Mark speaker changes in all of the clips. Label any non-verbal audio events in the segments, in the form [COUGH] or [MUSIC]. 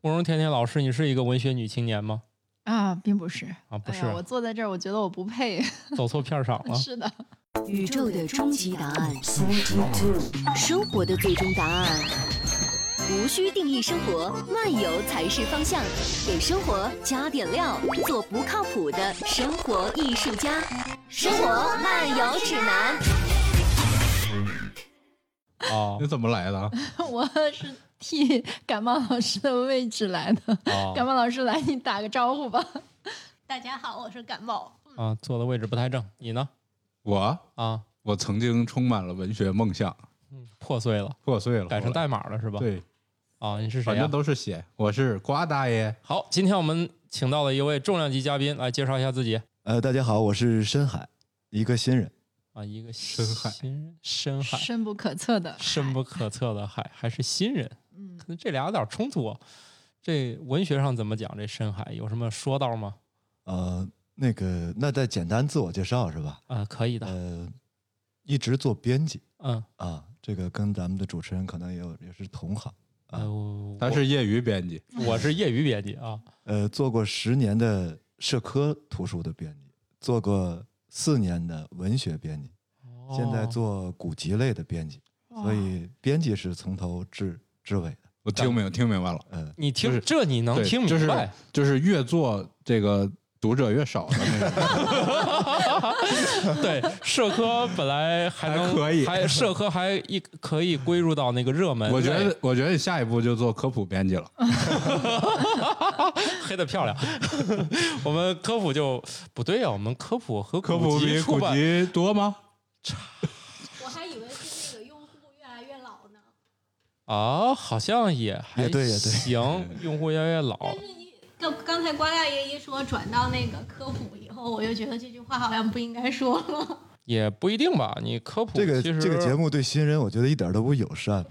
Speaker 1: 慕容甜甜老师，你是一个文学女青年吗？
Speaker 2: 啊，并不是。
Speaker 1: 啊，不
Speaker 2: 哎
Speaker 1: 是，啊
Speaker 2: 呀，我坐在这儿，我觉得我不配。
Speaker 1: [LAUGHS] 走错片儿场了。
Speaker 2: [LAUGHS] 是的，
Speaker 3: 宇宙的终极答案，生活的最终答案。无需定义生活，漫游才是方向。给生活加点料，做不靠谱的生活艺术家。生活漫游指南。
Speaker 2: [LAUGHS]
Speaker 1: 哦
Speaker 4: 你怎么来
Speaker 1: [LAUGHS]
Speaker 4: 的啊？
Speaker 2: 我是替感冒老师的位置来的。 [LAUGHS] 感
Speaker 4: 啊
Speaker 1: 哦
Speaker 2: 冒老师来，你打个招呼吧。
Speaker 5: 大家好，我是感冒。
Speaker 1: 啊，坐的位置不太正。你呢？
Speaker 4: 我
Speaker 1: 啊，
Speaker 4: 我曾经充满了文学梦想，
Speaker 1: 嗯，破碎了，
Speaker 4: 破碎了，
Speaker 1: 改成
Speaker 4: 后来
Speaker 1: 代码了是吧？
Speaker 4: 对，
Speaker 1: 啊，你是谁
Speaker 4: 反
Speaker 1: 呀
Speaker 4: 正？都是写。我是瓜大爷，
Speaker 1: 好，今天我们请到了一位重量级嘉宾来介绍一下自己
Speaker 6: 呃，大家好，我是深海，一个新人。
Speaker 1: 啊，一个
Speaker 4: 深海
Speaker 1: 新人深海，
Speaker 2: 深不可测的，
Speaker 1: 深不可测的海，还是新人，
Speaker 2: 嗯
Speaker 1: 可能这俩有点冲突啊。这文学上怎么讲？这深海有什么说道吗？
Speaker 6: 呃，那个，那再简单自我介绍是吧？
Speaker 1: 啊，可以的，
Speaker 6: 呃，一直做编辑
Speaker 1: 嗯，
Speaker 6: 啊，这个跟咱们的主持人可能也有也是同行。
Speaker 1: 呃，我
Speaker 4: 他是业余编辑，
Speaker 1: 我是业余编辑啊，
Speaker 6: 呃，做过十年的社科图书的编辑，做过四年的文学编辑，现在
Speaker 1: 哦
Speaker 6: 做古籍类的编辑，所以编辑是从头至至尾的。
Speaker 4: 我听明听明白了，
Speaker 6: 呃，
Speaker 1: 你听、
Speaker 4: 就是
Speaker 1: 这你能
Speaker 4: 对
Speaker 1: 听明白？
Speaker 4: 就是就是越做这个读者越少的那种。
Speaker 1: [LAUGHS] [LAUGHS] 对，社科本来还能
Speaker 4: 还可以
Speaker 1: 还社科还一可以归入到那个热门类。
Speaker 4: 我觉得我觉得你下一步就做科普编辑了，
Speaker 1: 黑的漂亮。 [LAUGHS] 我们科普就不对呀、我们科普和
Speaker 4: 科普
Speaker 1: 籍
Speaker 4: 比
Speaker 1: 出
Speaker 4: 古
Speaker 1: 版
Speaker 4: 籍多吗？
Speaker 5: 我还以为是那个用户越来越老呢，
Speaker 1: 啊，好像也还
Speaker 6: 也对也对
Speaker 1: 行，用户越来越老。
Speaker 5: 但是一刚刚才瓜大爷一说转到那个科普以后，我就觉得这句话好像不应该说了。
Speaker 1: 也不一定吧，你科普
Speaker 6: 这个
Speaker 1: 其实
Speaker 6: 这个节目对新人，我觉得一点都不友善。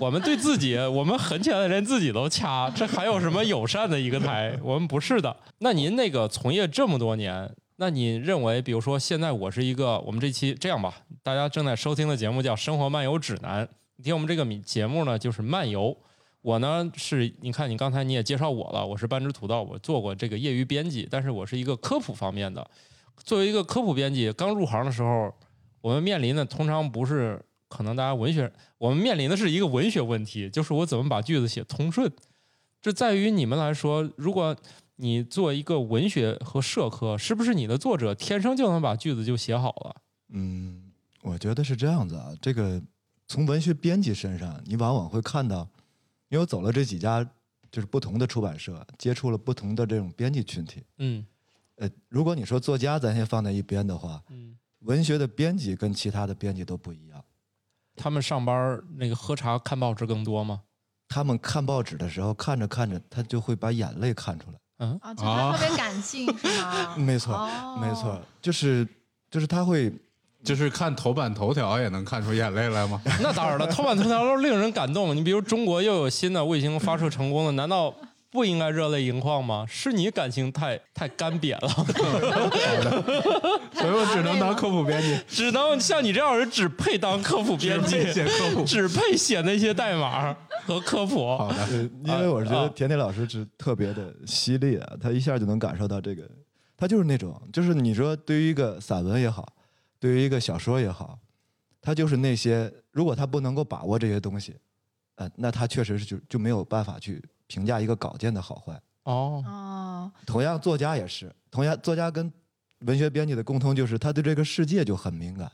Speaker 1: 我们对自己，我们很浅的人自己都掐，这还有什么友善的一个台？我们不是的。那您那个从业这么多年，那你认为，比如说现在我是一个，我们这期这样吧，大家正在收听的节目叫《生活漫游指南》，你听我们这个米节目呢，就是漫游。我呢是，你看你刚才你也介绍我了，我是半只土豆，我做过这个业余编辑，但是我是一个科普方面的。作为一个科普编辑，刚入行的时候，我们面临的通常不是可能大家文学我们面临的是一个文学问题，就是我怎么把句子写通顺。这在于你们来说，如果你做一个文学和社科，是不是你的作者天生就能把句子就写好了？
Speaker 6: 嗯，我觉得是这样子啊。这个从文学编辑身上，你往往会看到，因为我走了这几家就是不同的出版社，接触了不同的这种编辑群体。
Speaker 1: 嗯
Speaker 6: 呃，如果你说作家，咱先放在一边的话，
Speaker 1: 嗯，
Speaker 6: 文学的编辑跟其他的编辑都不一样。
Speaker 1: 他们上班儿那个喝茶看报纸更多吗？ [LAUGHS]
Speaker 6: 他们看报纸的时候，看着看着，他就会把眼泪看出来。
Speaker 1: 嗯，
Speaker 2: 啊，就他特别感性，
Speaker 1: [LAUGHS]
Speaker 2: 是吗？
Speaker 6: 没错，
Speaker 2: 哦
Speaker 6: 没错，就是就是他会
Speaker 4: 就是看头版头条也能看出眼泪
Speaker 1: [LAUGHS]
Speaker 4: 来吗？
Speaker 1: 那当然了，头版头条都令人感动。你比如中国又有新的卫星发射成功了，难道不应该热泪盈眶吗？是你感情太太干瘪了，
Speaker 4: 所以我只能当科普编辑，
Speaker 1: 只能像你这样人只配当科普 [LAUGHS] 编辑，
Speaker 4: 只配写科
Speaker 1: [LAUGHS]
Speaker 4: 普
Speaker 1: 只配写那些代码和科普。
Speaker 4: 好
Speaker 6: [LAUGHS]
Speaker 4: 的，
Speaker 6: 呃，因为我觉得甜甜老师是特别的犀利啊，他一下就能感受到这个，他就是那种，就是你说对于一个散文也好，对于一个小说也好，他就是那些，如果他不能够把握这些东西，呃，那他确实是就就没有办法去评价一个稿件的好坏。
Speaker 1: 哦，
Speaker 2: 哦，
Speaker 6: 同样，作家也是，同样，作家跟文学编辑的共通就是他对这个世界就很敏感，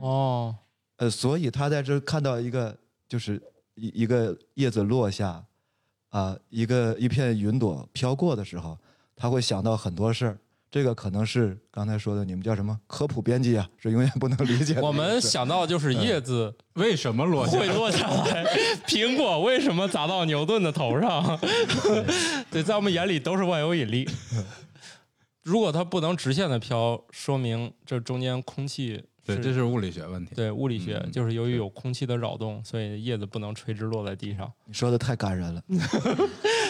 Speaker 1: 哦，
Speaker 6: 呃，所以他在这儿看到一个，就是一一个叶子落下，啊、一个一片云朵飘过的时候，他会想到很多事儿。这个可能是刚才说的，你们叫什么科普编辑啊，是永远不能理
Speaker 4: 嗯
Speaker 6: 解的。
Speaker 1: 我们想到就是叶子
Speaker 4: 为什么落下
Speaker 1: 会？落下
Speaker 4: [LAUGHS]
Speaker 1: 来，苹果为什么砸到牛顿的头上？对，在我们眼里都是万有引 [LAUGHS]
Speaker 4: 嗯
Speaker 1: 力。如果它不能直线的飘，说明这中间空气
Speaker 4: 对，
Speaker 1: 是
Speaker 4: 这是物理学问题。
Speaker 1: 对物理学，
Speaker 4: 嗯
Speaker 1: 就是由于有空气的扰动，所以叶子不能垂直落在地上。
Speaker 6: 你说的太感人了，
Speaker 1: 嗯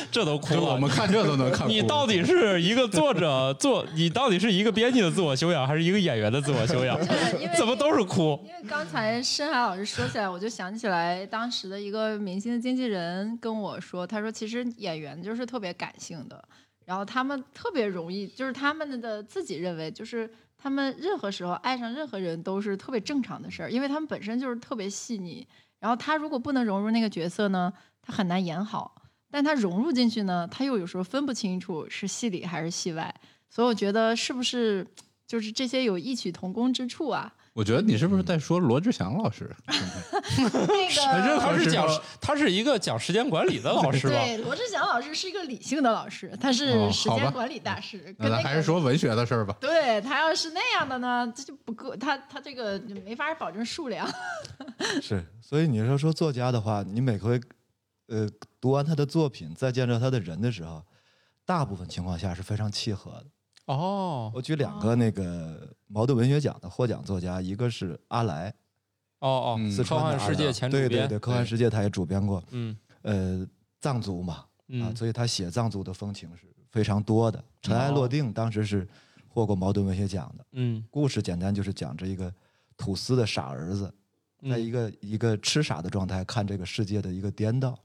Speaker 1: 这都哭
Speaker 4: 就
Speaker 1: 了，
Speaker 4: 我们看这都能看哭。
Speaker 1: [LAUGHS] 你到底是一个作者做，你到底是一个编辑的自我修养，还是一个演员的自我修养？
Speaker 2: 对因为
Speaker 1: [LAUGHS] 怎么都是哭？
Speaker 2: 因为刚才深海老师说起来，我就想起来当时的一个明星的经纪人跟我说，他说其实演员就是特别感性的，然后他们特别容易，就是他们的自己认为，就是他们任何时候爱上任何人都是特别正常的事儿，因为他们本身就是特别细腻。然后他如果不能融入那个角色呢，他很难演好；但他融入进去呢，他又有时候分不清楚是戏里还是戏外。所以我觉得是不是就是这些有异曲同工之处啊？ [LAUGHS]
Speaker 4: 我觉得你是不是在说罗志祥老师？
Speaker 5: 嗯
Speaker 2: 那个
Speaker 1: 他
Speaker 4: 何
Speaker 1: 是
Speaker 4: 时
Speaker 1: 讲
Speaker 4: 说
Speaker 1: 他是一个讲时间管理的老师吧？
Speaker 2: 对，罗志祥老师是一个理性的老师，他是
Speaker 4: 哦
Speaker 2: 时
Speaker 4: 好吧
Speaker 2: 间管理大师，
Speaker 4: [LAUGHS] 那
Speaker 2: 跟那
Speaker 4: 咱
Speaker 2: 个
Speaker 4: 还是说文学的事儿吧。
Speaker 2: 对他要是那样的呢，这就不够，他他这个就没法保证数量。
Speaker 6: 是。所以你说说作家的话，你每回呃读完他的作品，再见到他的人的时候，大部分情况下是非常契合的。
Speaker 1: 哦
Speaker 6: 我举两个那个茅盾文学奖的获奖作家，一个是阿来，
Speaker 1: 哦
Speaker 4: 嗯
Speaker 1: 哦，
Speaker 6: 四
Speaker 1: 科
Speaker 6: 川
Speaker 1: 幻
Speaker 6: 的阿
Speaker 1: 世界
Speaker 6: 来
Speaker 1: 前主
Speaker 6: 对对
Speaker 1: 编
Speaker 6: 对，，科幻世界他也主编过，
Speaker 1: 嗯
Speaker 6: 呃，藏族嘛，啊，
Speaker 1: 嗯
Speaker 6: 所以他写藏族的风情是非常多的。《尘埃
Speaker 1: 哦
Speaker 6: 落定》当时是获过茅盾文学奖的。
Speaker 1: 嗯
Speaker 6: 故事简单就是讲这一个土司的傻儿子，在
Speaker 1: 嗯，
Speaker 6: 一个一个痴傻的状态看这个世界的一个颠倒。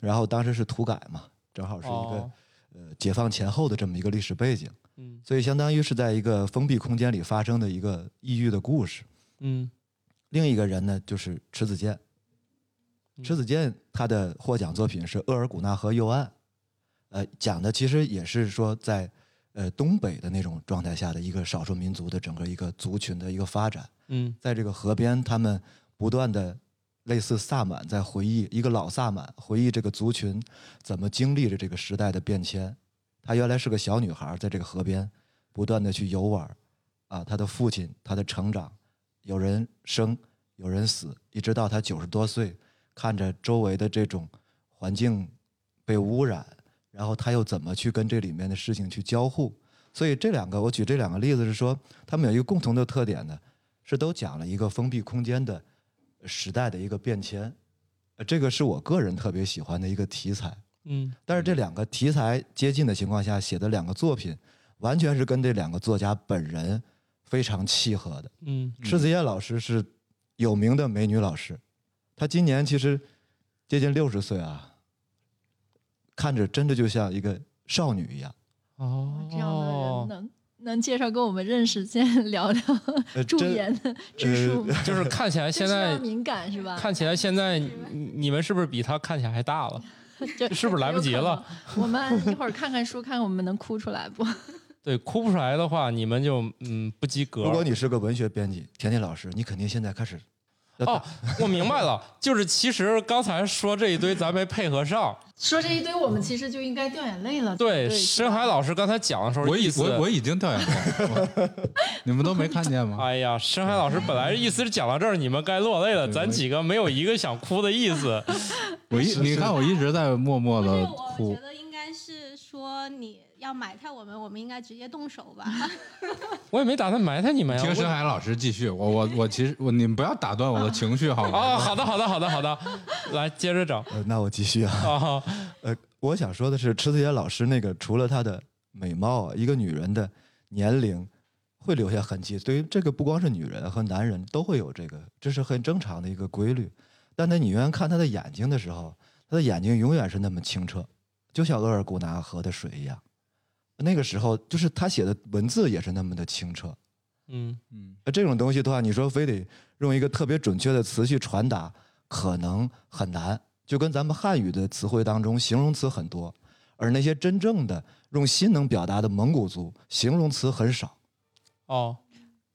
Speaker 6: 然后当时是土改嘛，正好是一个、
Speaker 1: 哦
Speaker 6: 呃解放前后的这么一个历史背景，
Speaker 1: 嗯
Speaker 6: 所以相当于是在一个封闭空间里发生的一个抑郁的故事。
Speaker 1: 嗯
Speaker 6: 另一个人呢，就是迟子建。迟子建他的获奖作品是《额尔古纳河右岸》，呃，讲的其实也是说在呃东北的那种状态下的一个少数民族的整个一个族群的一个发展。
Speaker 1: 嗯
Speaker 6: 在这个河边，他们不断的类似萨满在回忆一个老萨满回忆这个族群怎么经历着这个时代的变迁。她原来是个小女孩，在这个河边不断的去游玩儿，啊，她的父亲，她的成长，有人生，有人死，一直到她九十多岁，看着周围的这种环境被污染，然后她又怎么去跟这里面的事情去交互？所以这两个，我举这两个例子是说，他们有一个共同的特点呢，是都讲了一个封闭空间的呃时代的一个变迁，呃，这个是我个人特别喜欢的一个题材。
Speaker 1: 嗯
Speaker 6: 但是这两个题材接近的情况下写的两个作品，完全是跟这两个作家本人非常契合的。
Speaker 1: 嗯
Speaker 6: 迟子燕老师是有名的美女老师，她今年其实接近六十岁啊，看着真的就像一个少女一样。
Speaker 1: 哦
Speaker 2: 这样的人能、能介绍跟我们认识，先 [LAUGHS] 聊聊
Speaker 6: 呃
Speaker 2: 助
Speaker 6: 真
Speaker 2: 演的之术，
Speaker 1: 就是看起来
Speaker 2: 就
Speaker 1: 呃现
Speaker 2: 是
Speaker 1: 在
Speaker 2: 要敏感是吧？
Speaker 1: 看起来现在你你们是不是比他看起来还大了？
Speaker 2: 这
Speaker 1: 是不是来不及了？
Speaker 2: 有可能我们一会儿看看书，看看我们能哭出来不？ [LAUGHS]
Speaker 1: 对，哭不出来的话，你们就嗯不及格。
Speaker 6: 如果你是个文学编辑，甜甜老师，你肯定现在开始要打
Speaker 1: 哦，我明白了，就是其实刚才说这一堆咱没配合上。
Speaker 2: 说这一堆，我们其实就应该掉眼泪了。
Speaker 1: 对，
Speaker 2: 是
Speaker 1: 深海老师刚才讲的时候，
Speaker 4: 我
Speaker 1: 意
Speaker 4: 已
Speaker 1: 思
Speaker 4: 我我已经掉眼泪了，
Speaker 5: [LAUGHS]
Speaker 4: 你们都没看见
Speaker 6: 啊
Speaker 4: 吗？
Speaker 1: 哎呀，深海老师本来意思是讲到这儿，你们该落泪了，
Speaker 4: 对
Speaker 1: 咱
Speaker 4: 我
Speaker 1: 几个没有一个想哭的意
Speaker 4: [LAUGHS]
Speaker 1: 思。
Speaker 4: 我一你看我一直在默默
Speaker 5: 不是
Speaker 4: 的
Speaker 5: 我
Speaker 4: 哭
Speaker 5: 觉。得应该是说你要埋汰我们，我们应该直接动手吧。
Speaker 1: 我也没打算埋汰你们呀。
Speaker 4: 听深
Speaker 1: 我
Speaker 4: 海老师继续，我我我其实我你们不要打断我的情绪好吗？
Speaker 1: 啊，好的，好的，好的，好的，来接着整
Speaker 6: 呃，那我继续啊。
Speaker 1: 啊。
Speaker 6: 呃，我想说的是，池子野老师那个，除了她的美貌啊，一个女人的年龄会留下痕迹。对于这个，不光是女人和男人都会有这个，这是很正常的一个规律。但在你远远看她的眼睛的时候，她的眼睛永远是那么清澈，就像额尔古纳河的水一样。那个时候，就是她写的文字也是那么的清澈。
Speaker 1: 嗯，
Speaker 4: 嗯，
Speaker 6: 呃这种东西的话，你说非得用一个特别准确的词去传达，可能很难。就跟咱们汉语的词汇当中，形容词很多，而那些真正的用心能表达的蒙古族，形容词很少，
Speaker 1: 哦，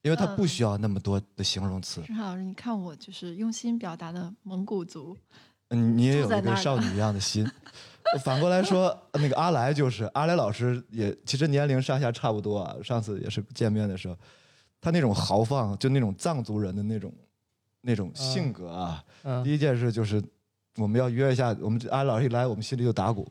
Speaker 6: 因为它不
Speaker 2: 嗯
Speaker 6: 需要那么多的形容词。
Speaker 2: 正好你看我就是用心表达的蒙古族，
Speaker 6: 嗯，你也
Speaker 2: 住
Speaker 6: 有
Speaker 2: 在
Speaker 6: 一
Speaker 2: 那
Speaker 6: 个
Speaker 2: 儿
Speaker 6: 少女一样
Speaker 2: [LAUGHS]
Speaker 6: 的心。反过来说，那个阿来就是阿来老师也，其实年龄上下差不多啊。上次也是见面的时候，他那种豪放，就那种藏族人的那种那种性格啊。
Speaker 1: 嗯
Speaker 6: 第一件事就是我们要约一下，我们阿来老师一来，我们心里就打鼓。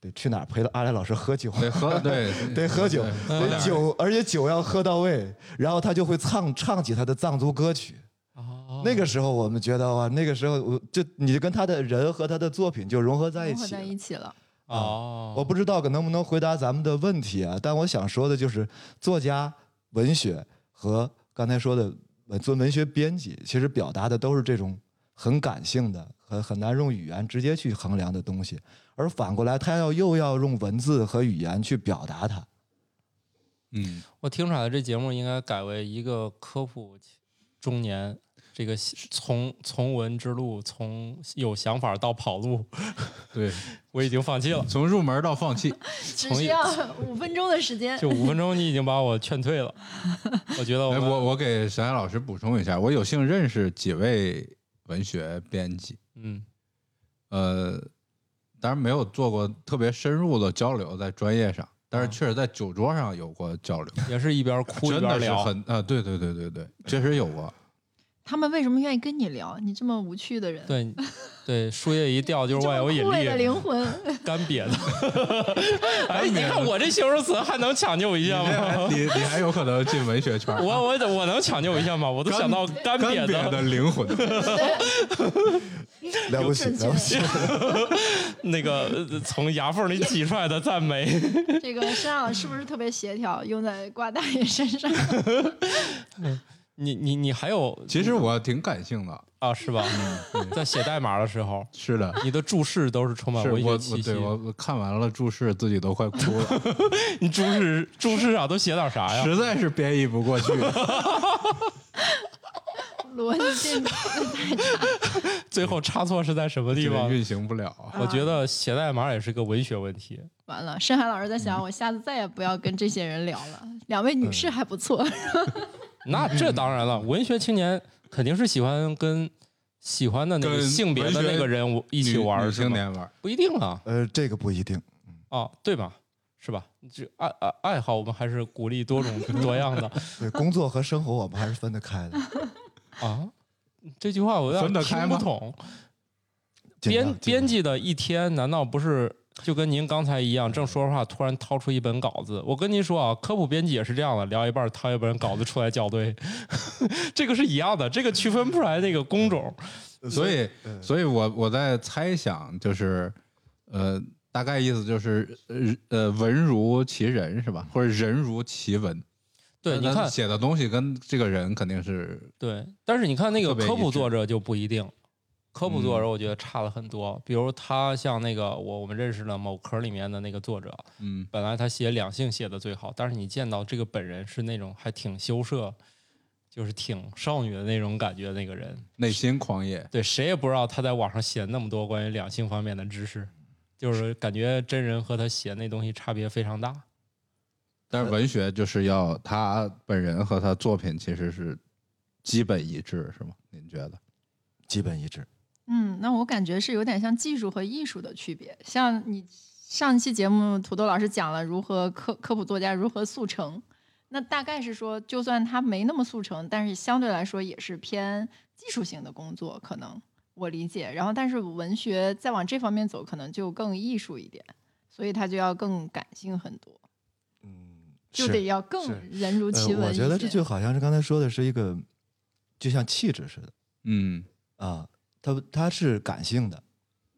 Speaker 6: 得去哪儿陪阿来老师喝酒，
Speaker 4: 得喝，对
Speaker 6: [LAUGHS] 得喝酒，
Speaker 4: 对喝点
Speaker 6: 得
Speaker 4: 儿
Speaker 6: 酒，而且酒要喝到位，然后他就会唱唱起他的藏族歌曲。
Speaker 1: 哦
Speaker 6: 那个时候我们觉得哇，那个时候我就你就跟他的人和他的作品就融合在一
Speaker 2: 融合
Speaker 6: 起
Speaker 2: 在
Speaker 6: 了。
Speaker 2: 一起了。
Speaker 1: 哦，
Speaker 6: 我不知道可能不能回答咱们的问题啊，但我想说的就是，作家、文学和刚才说的文做文学编辑，其实表达的都是这种很感性的、很很难用语言直接去衡量的东西，而反过来，他要又要用文字和语言去表达它。
Speaker 4: 嗯，
Speaker 1: 我听出来了这节目应该改为一个科普中年。这个从从文之路，从有想法到跑路，
Speaker 4: 对，
Speaker 1: 我已经放弃了。
Speaker 4: 从入门到放弃，
Speaker 2: 只
Speaker 1: 从
Speaker 2: 需
Speaker 1: 一
Speaker 2: 要 [LAUGHS] 五分钟的时间，
Speaker 1: 就五分钟，你已经把我劝退了。我觉得我
Speaker 4: 哎，
Speaker 1: 们
Speaker 4: 我我给沈海老师补充一下，我有幸认识几位文学编辑，
Speaker 1: 嗯
Speaker 4: 呃，当然没有做过特别深入的交流，在专业上，但是确实在酒桌上有过
Speaker 1: [LAUGHS]
Speaker 4: 交流，
Speaker 1: 也是一边嗯哭一
Speaker 4: 真的
Speaker 1: 边
Speaker 4: 是
Speaker 1: 聊。
Speaker 4: 很啊、对对对对对，确实有
Speaker 1: [LAUGHS]
Speaker 4: 过。
Speaker 2: 他们为什么愿意跟你聊？你这么无趣的人，
Speaker 1: 对对，树叶一掉就
Speaker 2: 这
Speaker 1: 是万
Speaker 2: 么
Speaker 1: 有引
Speaker 2: 枯萎的
Speaker 1: 力， [LAUGHS]
Speaker 2: 灵魂，
Speaker 1: 干瘪的。哎，你
Speaker 4: 干瘪
Speaker 1: 看
Speaker 4: 的
Speaker 1: 我这形容词还能抢救一下吗？
Speaker 4: 你你还有可能进文学圈儿，
Speaker 1: 我我我能抢救一下吗？我都想到干
Speaker 4: 干
Speaker 1: 瘪的
Speaker 4: 瘪的灵魂，
Speaker 6: 了不起，
Speaker 2: 正确
Speaker 6: 了不起！
Speaker 1: 那个呃从牙缝里挤出来的赞美。
Speaker 2: 这个身上是不是特别协调？用在瓜大爷身上，
Speaker 1: 你你你还有
Speaker 4: 其实我挺感性的，
Speaker 1: 啊是吧？在写代码的时候，
Speaker 4: 是的。
Speaker 1: 你的注释都是充满
Speaker 4: 是我
Speaker 1: 文学
Speaker 4: 我
Speaker 1: 气息
Speaker 4: 对。我我看完了注释，自己都快哭了，
Speaker 1: [LAUGHS] 你注释注释上都写点啥哎呀？
Speaker 4: 实在是编译不过去。
Speaker 2: 逻辑
Speaker 1: 最后差错是在什 [LAUGHS] 么地
Speaker 4: 这个
Speaker 1: 方？
Speaker 4: 运行不了。
Speaker 1: 我觉得写代码也是个文学问题。
Speaker 2: [LAUGHS] 完了。深海老师在
Speaker 1: 嗯
Speaker 2: 想，我下次再也不要跟这些人聊了。两位女士还不错，
Speaker 1: 那这当然了，文学青年肯定是喜欢跟喜欢的那个
Speaker 4: 跟
Speaker 1: 性别的那个人我一起
Speaker 4: 女
Speaker 1: 玩
Speaker 4: 女
Speaker 1: 儿，是
Speaker 4: 青
Speaker 1: 吗
Speaker 4: 年玩儿，
Speaker 1: 不一定啊，
Speaker 6: 呃，这个不一定。
Speaker 1: 啊，对吧？是吧？这爱爱爱好，我们还是鼓励
Speaker 4: [LAUGHS]
Speaker 1: 多种多样的
Speaker 6: 对，工作和生活我们还是分得开的。
Speaker 1: 啊。这句话我有
Speaker 4: 分
Speaker 1: 点
Speaker 4: 得开
Speaker 1: 听不
Speaker 4: 吗
Speaker 1: 懂。
Speaker 6: 尽量
Speaker 1: 编编，辑的一天，难道不是就跟您刚才一样，正说着话，突然掏出一本稿子？我跟您说啊，科普编辑也是这样的，聊一半儿掏一本稿子出来校对， [LAUGHS] 这个是一样的，这个区分不出来那个工种。
Speaker 6: 尽量
Speaker 4: 所以
Speaker 6: 嗯
Speaker 4: 所以我我在猜想，就是呃，大概意思就是呃呃，文如其人是吧？或者人如其文。
Speaker 1: 对，
Speaker 4: 那
Speaker 1: 你
Speaker 4: 他
Speaker 1: 看，
Speaker 4: 写的东西跟这个人肯定是
Speaker 1: 对，但是你看那个
Speaker 4: 特别
Speaker 1: 科
Speaker 4: 一
Speaker 1: 普
Speaker 4: 致
Speaker 1: 作者就不一定，科普作
Speaker 4: 嗯
Speaker 1: 者我觉得差了很多。比如他像那个我我们认识的某科里面的那个作者，
Speaker 4: 嗯
Speaker 1: 本来他写两性写的最好，但是你见到这个本人是那种还挺羞涩，就是挺少女的那种感觉的那个人，
Speaker 4: 内心狂野。
Speaker 1: 对，谁也不知道他在网上写那么多关于两性方面的知识，就是感觉真人和他写那东西差别非常大。
Speaker 4: 但是文学就是要他本人和他作品其实是基本一致，是吗？您觉得？
Speaker 6: 基本一致。
Speaker 2: 嗯，那我感觉是有点像技术和艺术的区别。像你上期节目，土豆老师讲了如何科科普作家如何速成，那大概是说，就算他没那么速成，但是相对来说也是偏技术性的工作，可能我理解。然后，但是文学再往这方面走，可能就更艺术一点，所以他就要更感性很多，
Speaker 6: 嗯，
Speaker 2: 就是得要
Speaker 6: 是
Speaker 2: 更人如其文一些、
Speaker 6: 呃。我觉得这就好像是刚才说的是一个，就像气质似的
Speaker 4: 嗯，
Speaker 6: 啊，他他是感性的，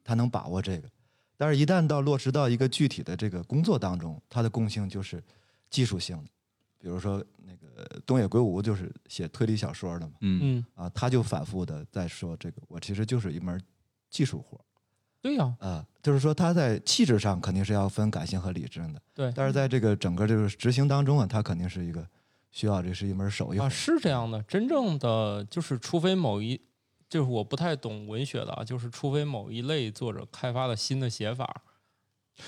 Speaker 6: 他能把握这个，但是一旦到落实到一个具体的这个工作当中，他的共性就是技术性的，比如说那个东野圭吾就是写推理小说的嘛，
Speaker 4: 嗯
Speaker 1: 嗯，
Speaker 6: 啊，他就反复的在说这个，我其实就是一门技术活
Speaker 1: 对呀、
Speaker 6: 儿啊，就是说他在气质上肯定是要分感性和理智的，
Speaker 1: 对
Speaker 6: 但是在这个整个这个执行当中啊，他肯定是一个需要这是一门手艺活
Speaker 1: 啊，
Speaker 6: 儿。
Speaker 1: 是这样的，真正的就是，除非某一，就是我不太懂文学的啊，就是除非某一类作者开发了新的写法，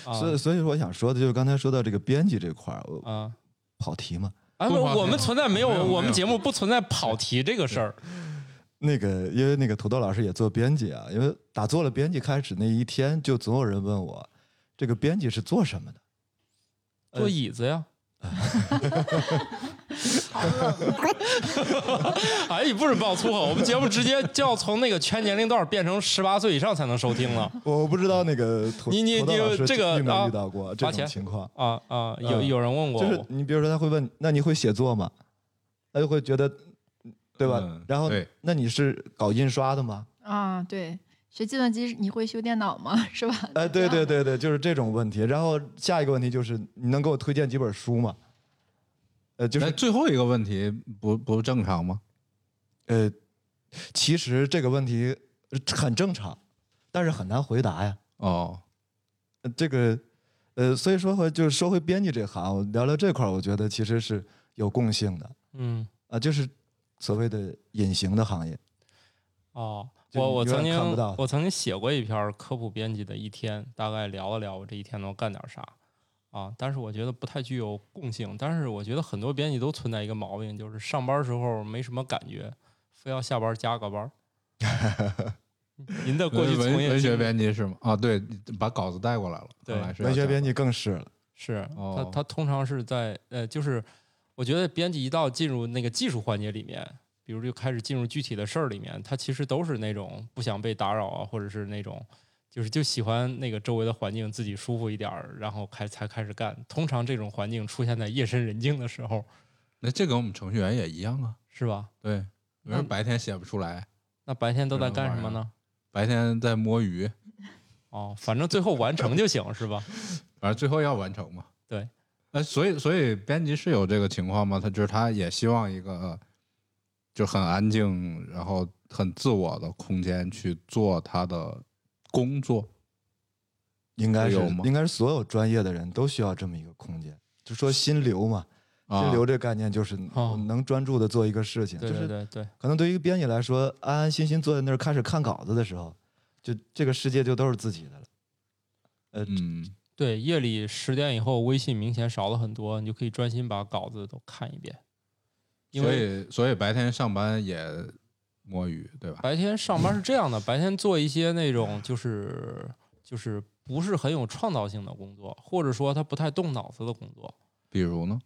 Speaker 1: 啊
Speaker 6: 所以，所以我想说的就是刚才说到这个编辑这块儿，我
Speaker 1: 啊，
Speaker 6: 跑题嘛。
Speaker 1: 哎，
Speaker 4: 不
Speaker 1: 不
Speaker 4: 划
Speaker 1: 我
Speaker 4: 分
Speaker 1: 们存在没有，
Speaker 4: 没有
Speaker 1: 我
Speaker 4: 没
Speaker 1: 们
Speaker 4: 有
Speaker 1: 节目不存在跑题这个事儿，
Speaker 6: 那个，因为那个土豆老师也做编辑啊，因为打做了编辑开始那一天，就总有人问我，这呃个编辑是做什么的？
Speaker 1: 坐椅子呀， [LAUGHS] 哎，你不准爆粗口！我们节目直接就要从那个全年龄段变成十八岁以上才能收听了
Speaker 6: [LAUGHS] 我不知道那个头
Speaker 1: 你你
Speaker 6: 头道
Speaker 1: 你
Speaker 6: 老师
Speaker 1: 这个
Speaker 6: 遇没
Speaker 1: 啊
Speaker 6: 遇到过这
Speaker 1: 花
Speaker 6: 种
Speaker 1: 钱
Speaker 6: 情况？
Speaker 1: 啊啊！有
Speaker 6: 嗯
Speaker 1: 有人问过
Speaker 6: 就是
Speaker 1: 我，
Speaker 6: 你比如说他会问，那你会写作吗？他就会觉得，对吧？
Speaker 4: 嗯
Speaker 6: 然后
Speaker 4: 对
Speaker 6: 那你是搞印刷的吗？
Speaker 2: 啊，对，学计算机你会修电脑吗？ [LAUGHS] 是吧？
Speaker 6: 哎，对
Speaker 2: 这
Speaker 6: 对
Speaker 2: 样
Speaker 6: 对对，就是这种问题。然后下一个问题就是，你能给我推荐几本书吗？呃，就
Speaker 4: 那
Speaker 6: 是
Speaker 4: 哎最后一个问题不不正常吗？
Speaker 6: 呃，其实这个问题呃很正常，但是很难回答呀。
Speaker 4: 哦，
Speaker 6: 呃这个，呃，所以说回就是说回编辑这行，我聊聊这块儿，我觉得其实是有共性的
Speaker 1: 嗯
Speaker 6: 啊，就是所谓的隐形的行业。
Speaker 1: 哦，
Speaker 6: 就
Speaker 1: 我
Speaker 6: 你
Speaker 1: 我曾
Speaker 6: 永远
Speaker 1: 经
Speaker 6: 看不到
Speaker 1: 我曾经写过一篇科普编辑的一天，大概聊了聊我这一天都干点啥啊，但是我觉得不太具有共性。但是我觉得很多编辑都存在一个毛病，就是上班时候没什么感觉，非要下班加个班儿。
Speaker 6: [LAUGHS]
Speaker 1: 您的过去
Speaker 4: 文
Speaker 1: 从业
Speaker 4: 文
Speaker 1: 经
Speaker 4: 学
Speaker 1: 历
Speaker 4: 编辑是吗？啊，对，把稿子带过来了。
Speaker 1: 对
Speaker 4: 看来是要
Speaker 6: 文学
Speaker 4: 这样
Speaker 6: 编辑更是了，
Speaker 1: 是，他
Speaker 4: 哦
Speaker 1: 他通常是在呃，就是我觉得编辑一到进入那个技术环节里面，比如就开始进入具体的事儿里面，他其实都是那种不想被打扰啊，或者是那种就是就喜欢那个周围的环境自己舒服一点儿，然后开才开始干。通常这种环境出现在夜深人静的时候，
Speaker 4: 那这跟我们程序员也一样啊。
Speaker 1: 是吧？
Speaker 4: 对，有
Speaker 1: 那
Speaker 4: 人白天写不出来，
Speaker 1: 那白天都在
Speaker 4: 然后
Speaker 1: 干
Speaker 4: 晚
Speaker 1: 什么
Speaker 4: 上
Speaker 1: 呢？
Speaker 4: 白天在摸鱼，
Speaker 1: 哦，反正最后完成就行，是吧？
Speaker 4: 反正最后要完成嘛。
Speaker 1: 对，
Speaker 4: 呃，所以所以编辑是有这个情况吗？他就是他也希望一个呃就很安静，然后很自我的空间去做他的工作。
Speaker 6: 应该是
Speaker 4: 有吗
Speaker 6: 应该是所有专业的人都需要这么一个空间。就说心流嘛，
Speaker 4: 啊
Speaker 6: 心，流这个概念就是
Speaker 1: 哦
Speaker 6: 我能专注的做一个事情，
Speaker 1: 对
Speaker 6: 就
Speaker 1: 对
Speaker 6: 是
Speaker 1: 对对，
Speaker 6: 可能对于一个编辑来说，安安心心坐在那儿开始看稿子的时候，就这个世界就都是自己的了。呃，
Speaker 4: 嗯，
Speaker 1: 对，夜里十点以后，微信明显少了很多，你就可以专心把稿子都看一遍。因
Speaker 4: 所
Speaker 1: 为
Speaker 4: 以所以白天上班也摸鱼，对吧？
Speaker 1: 白天上班是这样的，白天做一些那种就是就是不是很有创造性的工作，或者说他不太动脑子的工作，
Speaker 4: 比如呢，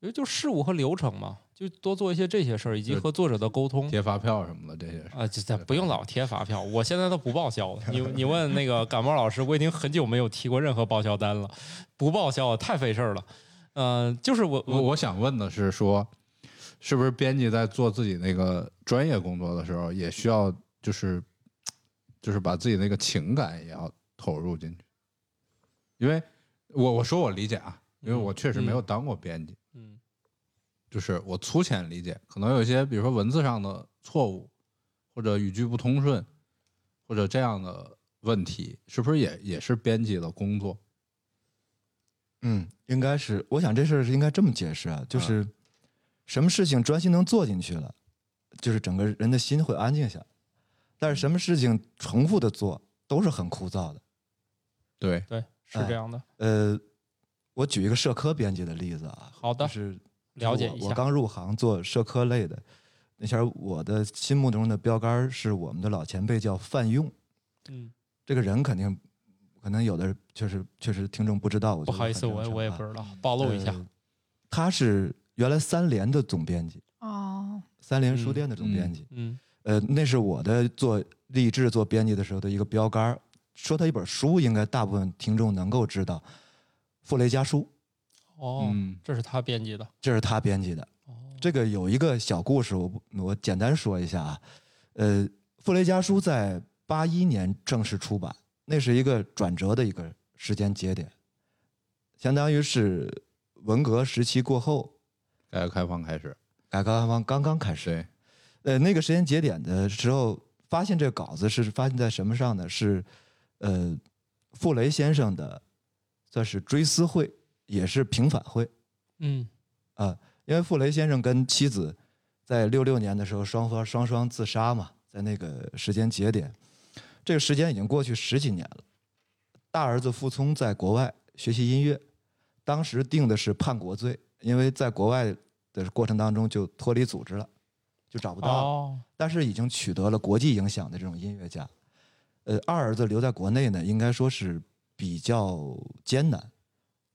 Speaker 1: 因为就事务和流程嘛，就多做一些这些事儿，以及
Speaker 4: 就
Speaker 1: 和作者的沟通。
Speaker 4: 贴发票什么的这些事。
Speaker 1: 啊，这这不用老贴发票，我现在都不报销了。你你问那个感冒老师，我已经很久没有提过任何报销单了，不报销太费事儿了。嗯、就是我
Speaker 4: 我我想问的是说，是不是编辑在做自己那个专业工作的时候，也需要就是就是把自己那个情感也要投入进去？因为我我说我理解啊，因为我确实没有当过编辑，
Speaker 1: 嗯
Speaker 4: 就是我粗浅理解，可能有一些比如说文字上的错误，或者语句不通顺，或者这样的问题，是不是也也是编辑的工作？
Speaker 6: 嗯，应该是，我想这事儿是应该这么解释啊，就是什么事情专心能做进去了，就是整个人的心会安静下来。但是什么事情重复的做都是很枯燥的。
Speaker 4: 对，
Speaker 1: 对是这样的，
Speaker 6: 呃，我举一个社科编辑的例子啊，
Speaker 1: 好的
Speaker 6: 就是
Speaker 1: 了解
Speaker 6: 我
Speaker 1: 一
Speaker 6: 我
Speaker 1: 下。
Speaker 6: 刚入行做社科类的，那前儿我的心目中的标杆儿是我们的老前辈叫范用，
Speaker 1: 嗯，
Speaker 6: 这个人肯定可能有的确实确实听众不知道，我
Speaker 1: 不
Speaker 6: 觉得
Speaker 1: 好意
Speaker 6: 很
Speaker 1: 思，
Speaker 6: 正
Speaker 1: 我也
Speaker 6: 常
Speaker 1: 我也
Speaker 6: 啊
Speaker 1: 不知道，暴露一下。嗯
Speaker 6: 呃他是原来三联的总编辑，
Speaker 2: 哦，
Speaker 6: 三联
Speaker 1: 嗯
Speaker 6: 书店的总编辑。
Speaker 1: 嗯
Speaker 6: 呃，那是我的做励志做编辑的时候的一个标杆儿。说他一本书，应该大部分听众能够知道，《傅雷家书》，
Speaker 1: 哦，
Speaker 4: 嗯，
Speaker 1: 这是他编辑的。
Speaker 6: 这是他编辑的。
Speaker 1: 哦，
Speaker 6: 这个有一个小故事，我不我简单说一下啊。呃，《傅雷家书》在八一年正式出版，那是一个转折的一个时间节点，相当于是文革时期过后，
Speaker 4: 改革开放开始，
Speaker 6: 改革开放刚刚开始。
Speaker 4: 对，
Speaker 6: 呃，那个时间节点的时候，发现这个稿子是发现在什么上呢？是呃，傅雷先生的算是追思会，也是平反会。
Speaker 1: 嗯
Speaker 6: 啊，因为傅雷先生跟妻子在六六年的时候双方双双自杀嘛，在那个时间节点，这个时间已经过去十几年了。大儿子傅聪在国外学习音乐，当时定的是叛国罪，因为在国外的过程当中就脱离组织了，就找不到了。
Speaker 1: 哦，
Speaker 6: 但是已经取得了国际影响的这种音乐家。呃，二儿子留在国内呢，应该说是比较艰难，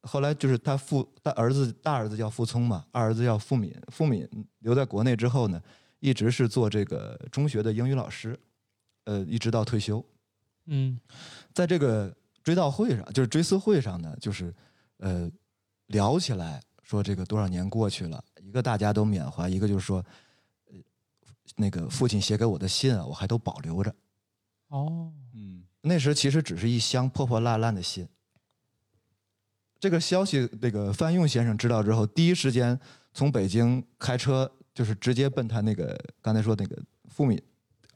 Speaker 6: 后来就是他傅他儿子大儿子叫傅聪嘛，二儿子叫傅敏。傅敏留在国内之后呢，一直是做这个中学的英语老师，呃，一直到退休。
Speaker 1: 嗯
Speaker 6: 在这个追悼会上，就是追思会上呢，就是呃聊起来说这个多少年过去了，一个大家都缅怀，一个就是说，呃，那个父亲写给我的信啊，我还都保留着。
Speaker 1: 哦，
Speaker 4: 嗯，
Speaker 6: 那时其实只是一箱破破烂烂的信。这个消息，那个范用先生知道之后，第一时间从北京开车，就是直接奔他那个刚才说那个傅敏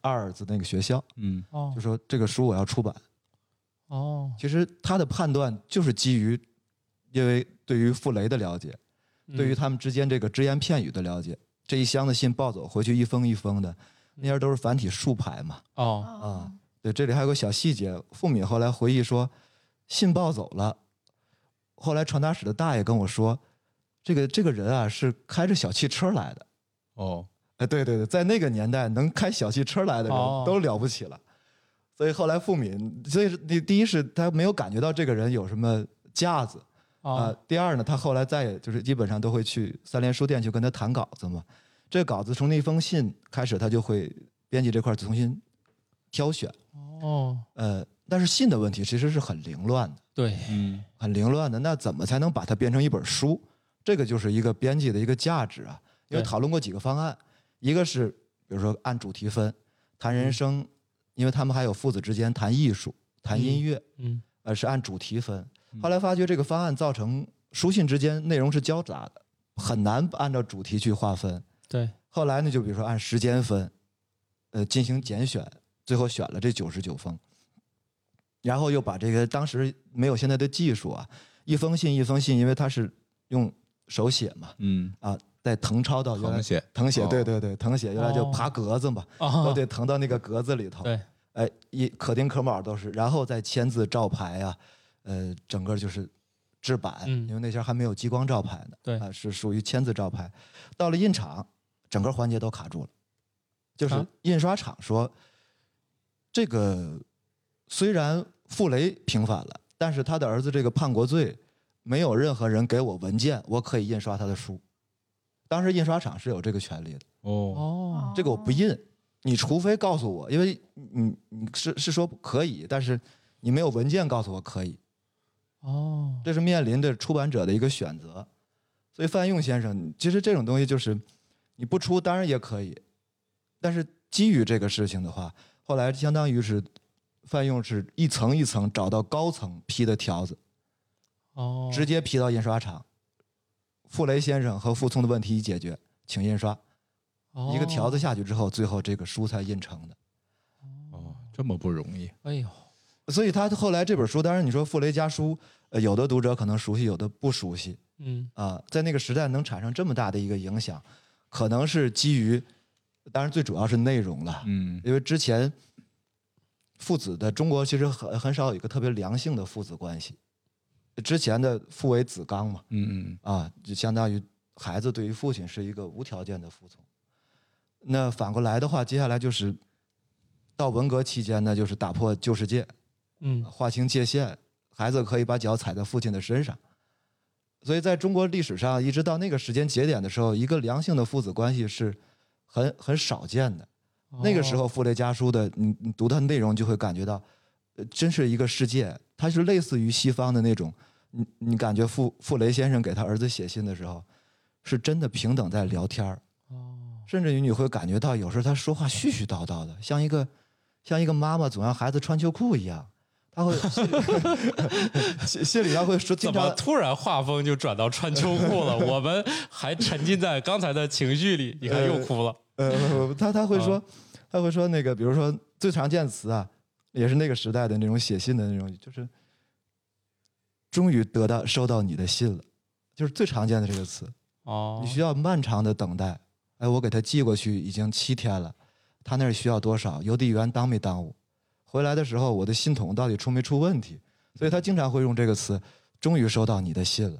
Speaker 6: 二儿子那个学校，
Speaker 4: 嗯，
Speaker 1: 哦
Speaker 6: 就说这个书我要出版。
Speaker 1: 哦，
Speaker 6: 其实他的判断就是基于，因为对于傅雷的了解，
Speaker 1: 嗯
Speaker 6: 对于他们之间这个只言片语的了解，这一箱子信抱走回去一封一封的，那些都是繁体竖排嘛。
Speaker 1: 哦
Speaker 6: 啊，对，这里还有个小细节，付敏后来回忆说，信报走了，后来传达室的大爷跟我说，这个这个人啊是开着小汽车来的。
Speaker 4: 哦，
Speaker 6: 哎，对对对，在那个年代能开小汽车来的人
Speaker 1: 哦
Speaker 6: 都了不起了，所以后来付敏，所以是第第一是他没有感觉到这个人有什么架子啊、
Speaker 1: 哦
Speaker 6: 第二呢，他后来再也就是基本上都会去三联书店去跟他谈稿子嘛，这稿子从那封信开始，他就会编辑这块儿重新挑选。
Speaker 1: 哦，
Speaker 6: 呃，但是信的问题其实是很凌乱的，
Speaker 1: 对，
Speaker 4: 嗯，
Speaker 6: 很凌乱的。那怎么才能把它变成一本书？这个就是一个编辑的一个价值啊。因为
Speaker 1: 对
Speaker 6: 讨论过几个方案，一个是比如说按主题分，谈
Speaker 1: 嗯
Speaker 6: 人生，因为他们还有父子之间谈艺术、谈音乐，
Speaker 1: 嗯
Speaker 6: 呃，是按主题分。后来发觉这个方案造成书信之间内容是交杂的，很难按照主题去划分。
Speaker 1: 对，
Speaker 6: 后来呢，就比如说按时间分，呃，进行拣选，最后选了这九十九封，然后又把这个当时没有现在的技术啊，一封信一封信，因为它是用手写嘛，
Speaker 4: 嗯，
Speaker 6: 啊，再誊抄到原来
Speaker 4: 誊写，
Speaker 6: 誊写，
Speaker 4: 哦
Speaker 6: 对对对，誊写，原来就
Speaker 1: 哦
Speaker 6: 爬格子嘛，都
Speaker 1: 哦
Speaker 6: 得誊到那个格子里头，
Speaker 1: 对，
Speaker 6: 哎，一可丁可卯都是，然后再签字照牌啊，呃，整个就是制版，
Speaker 1: 嗯
Speaker 6: 因为那前儿还没有激光照牌呢，
Speaker 1: 对
Speaker 6: 啊，是属于签字照牌。到了印厂，整个环节都卡住了，就是
Speaker 1: 啊
Speaker 6: 印刷厂说，这个虽然傅雷平反了，但是他的儿子这个叛国罪，没有任何人给我文件，我可以印刷他的书。当时印刷厂是有这个权利的。
Speaker 4: 哦，
Speaker 1: 哦
Speaker 6: 这个我不印，你除非告诉我，因为你你是是说可以，但是你没有文件告诉我可以，
Speaker 1: 哦，
Speaker 6: 这是面临着出版者的一个选择。所以范用先生，其实这种东西就是你不出当然也可以，但是基于这个事情的话，后来相当于是范用是一层一层找到高层批的条子，
Speaker 1: 哦，
Speaker 6: 直接批到印刷厂。傅雷先生和傅聪的问题已解决，请印刷。一个条子
Speaker 1: 哦，
Speaker 6: 下去之后，最后这个书才印成的。
Speaker 4: 哦，这么不容易，
Speaker 1: 哎呦，
Speaker 6: 所以他后来这本书，当然你说《傅雷家书》，呃，有的读者可能熟悉，有的不熟悉
Speaker 1: 嗯
Speaker 6: 啊、在那个时代能产生这么大的一个影响，可能是基于，当然最主要是内容了，
Speaker 4: 嗯，
Speaker 6: 因为之前父子的中国其实很很少有一个特别良性的父子关系，之前的父为子纲嘛，
Speaker 4: 嗯嗯，
Speaker 6: 啊，就相当于孩子对于父亲是一个无条件的服从。那反过来的话，接下来就是到文革期间呢，就是打破旧世界，
Speaker 1: 嗯
Speaker 6: 划清界限，孩子可以把脚踩在父亲的身上。所以在中国历史上，一直到那个时间节点的时候，一个良性的父子关系是很很少见的。呃
Speaker 1: 哦
Speaker 6: 那个时候，《傅雷家书》的，你你读它内容就会感觉到，呃真是一个世界。它是类似于西方的那种，你你感觉傅傅雷先生给他儿子写信的时候，是真的平等在聊天儿，
Speaker 1: 哦
Speaker 6: 甚至于你会感觉到有时候他说话絮絮叨叨的，像一个像一个妈妈总让孩子穿秋裤一样，他会 [LAUGHS] 心里心心里他会说经
Speaker 1: 怎么
Speaker 6: 常
Speaker 1: 突然画风就转到穿秋裤
Speaker 6: [LAUGHS]
Speaker 1: 了？我们还沉浸在刚才的情绪里，你看又哭了。
Speaker 6: 呃，他他会
Speaker 1: 啊
Speaker 6: 说他会说那个，比如说最常见的词啊，也是那个时代的那种写信的那种，就是终于得到收到你的信了，就是最常见的这个词。
Speaker 1: 哦，
Speaker 6: 你需要漫长的等待。哎，我给他寄过去已经七天了，他那儿需要多少？邮递员耽没耽误？回来的时候，我的信筒到底出没出问题？所以他经常会用这个词。终于收到你的信了。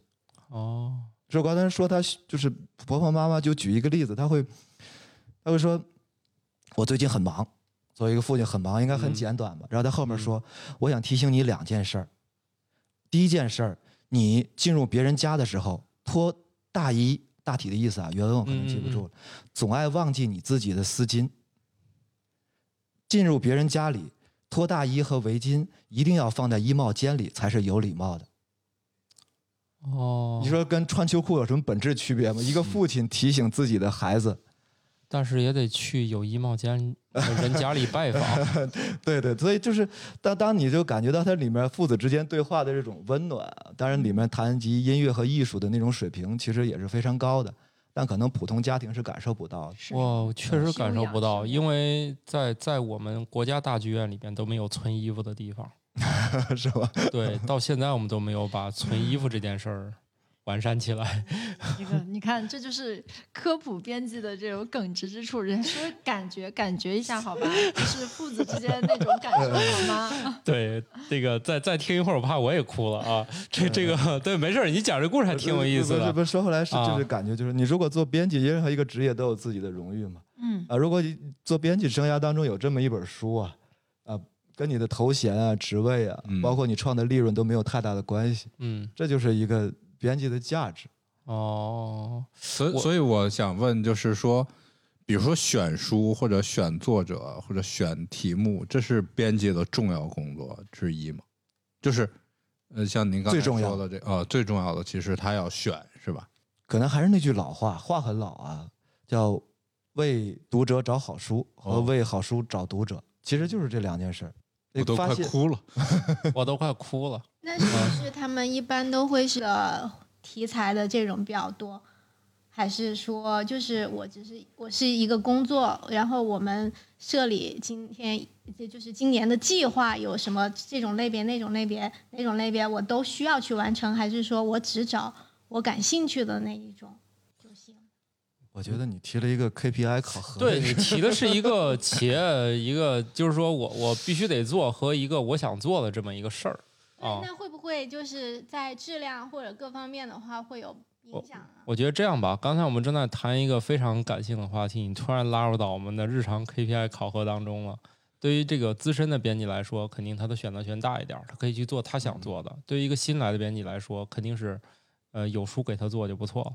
Speaker 1: 哦，
Speaker 6: 就刚才说他就是婆婆妈妈，就举一个例子，他会，他会说，我最近很忙，作为一个父亲很忙，应该很
Speaker 1: 嗯
Speaker 6: 简短吧。然后他后面说，我想提醒你两件事儿。第一件事儿，你进入别人家的时候脱大衣，大体的意思啊，原文我可能记不
Speaker 1: 嗯
Speaker 6: 住了，总爱忘记你自己的丝巾。进入别人家里，脱大衣和围巾一定要放在衣帽间里才是有礼貌的。
Speaker 1: 哦
Speaker 6: 你，说跟穿秋裤有什么本质区别吗？一个父亲提醒自己的孩子，
Speaker 1: 但是也得去有衣帽
Speaker 6: [LAUGHS]
Speaker 1: 间的人家里拜访。
Speaker 6: 对对，所以就是当当你就感觉到它里面父子之间对话的这种温暖，当然里面谈及音乐和艺术的那种水平，其实也是非常高的，但可能普通家庭是感受不到的。
Speaker 2: 是
Speaker 1: 我确实感受不到，
Speaker 2: 修养
Speaker 1: 因为在在我们国家大剧院里面都没有存衣服的地方，
Speaker 6: [LAUGHS] 是吧？
Speaker 1: 对，到现在我们都没有把存衣服这件事儿完善起来。 [LAUGHS]
Speaker 2: 这个你看，这就是科普编辑的这种耿直之处。人家说感觉，感觉一下好吧，就是父子之间的那种感受好吗？ [LAUGHS]
Speaker 1: 对，这个再再听一会儿，我怕我也哭了啊！这这
Speaker 6: [LAUGHS]
Speaker 1: 个对，没事儿，你讲这故事 [LAUGHS] 还挺有意思
Speaker 6: 不是
Speaker 1: 的
Speaker 6: 不。是，说回来是
Speaker 1: 啊
Speaker 6: 就是感觉就是你如果做编辑，任何一个职业都有自己的荣誉嘛。
Speaker 2: 嗯，
Speaker 6: 啊，如果你做编辑生涯当中有这么一本书啊，啊，跟你的头衔啊、职位啊，
Speaker 4: 嗯
Speaker 6: 包括你创的利润都没有太大的关系，
Speaker 1: 嗯，
Speaker 6: 这就是一个编辑的价值。
Speaker 1: 哦，
Speaker 4: 所以
Speaker 1: 我
Speaker 4: 所以我想问，就是说，比如说选书或者选作者或者选题目，这是编辑的重要工作之一吗？就是，呃，像您刚才
Speaker 6: 最重要
Speaker 4: 说的这呃，最重要的其实他要选是吧？
Speaker 6: 可能还是那句老话，话很老啊，叫为读者找好书和
Speaker 4: 哦
Speaker 6: 为好书找读者，其实就是这两件事儿。
Speaker 4: 我都
Speaker 6: 哎发
Speaker 4: 快
Speaker 6: 现
Speaker 4: 哭了。
Speaker 1: 我都快哭了。
Speaker 5: 那是不是他们一般都会是呃题材的这种比较多，还是说就是我只是我是一个工作，然后我们社里今天也就是今年的计划有什么这种类别、那种类别、哪种类别，我都需要去完成，还是说我只找我感兴趣的那一种就行？
Speaker 6: 我觉得你提了一个 KPI 考核，
Speaker 1: 对你提的是一个企业，一个就是说我我必须得做和一个我想做的这么一个事儿啊。
Speaker 5: 那会不会就是在质量或者各方面的话会有影响啊？
Speaker 1: 我觉得这样吧，刚才我们正在谈一个非常感性的话题，你突然拉入到我们的日常 KPI 考核当中了。对于这个资深的编辑来说，肯定他的选择权大一点儿，他可以去做他
Speaker 6: 嗯
Speaker 1: 想做的。对于一个新来的编辑来说，肯定是，呃，有书给他做就不错了。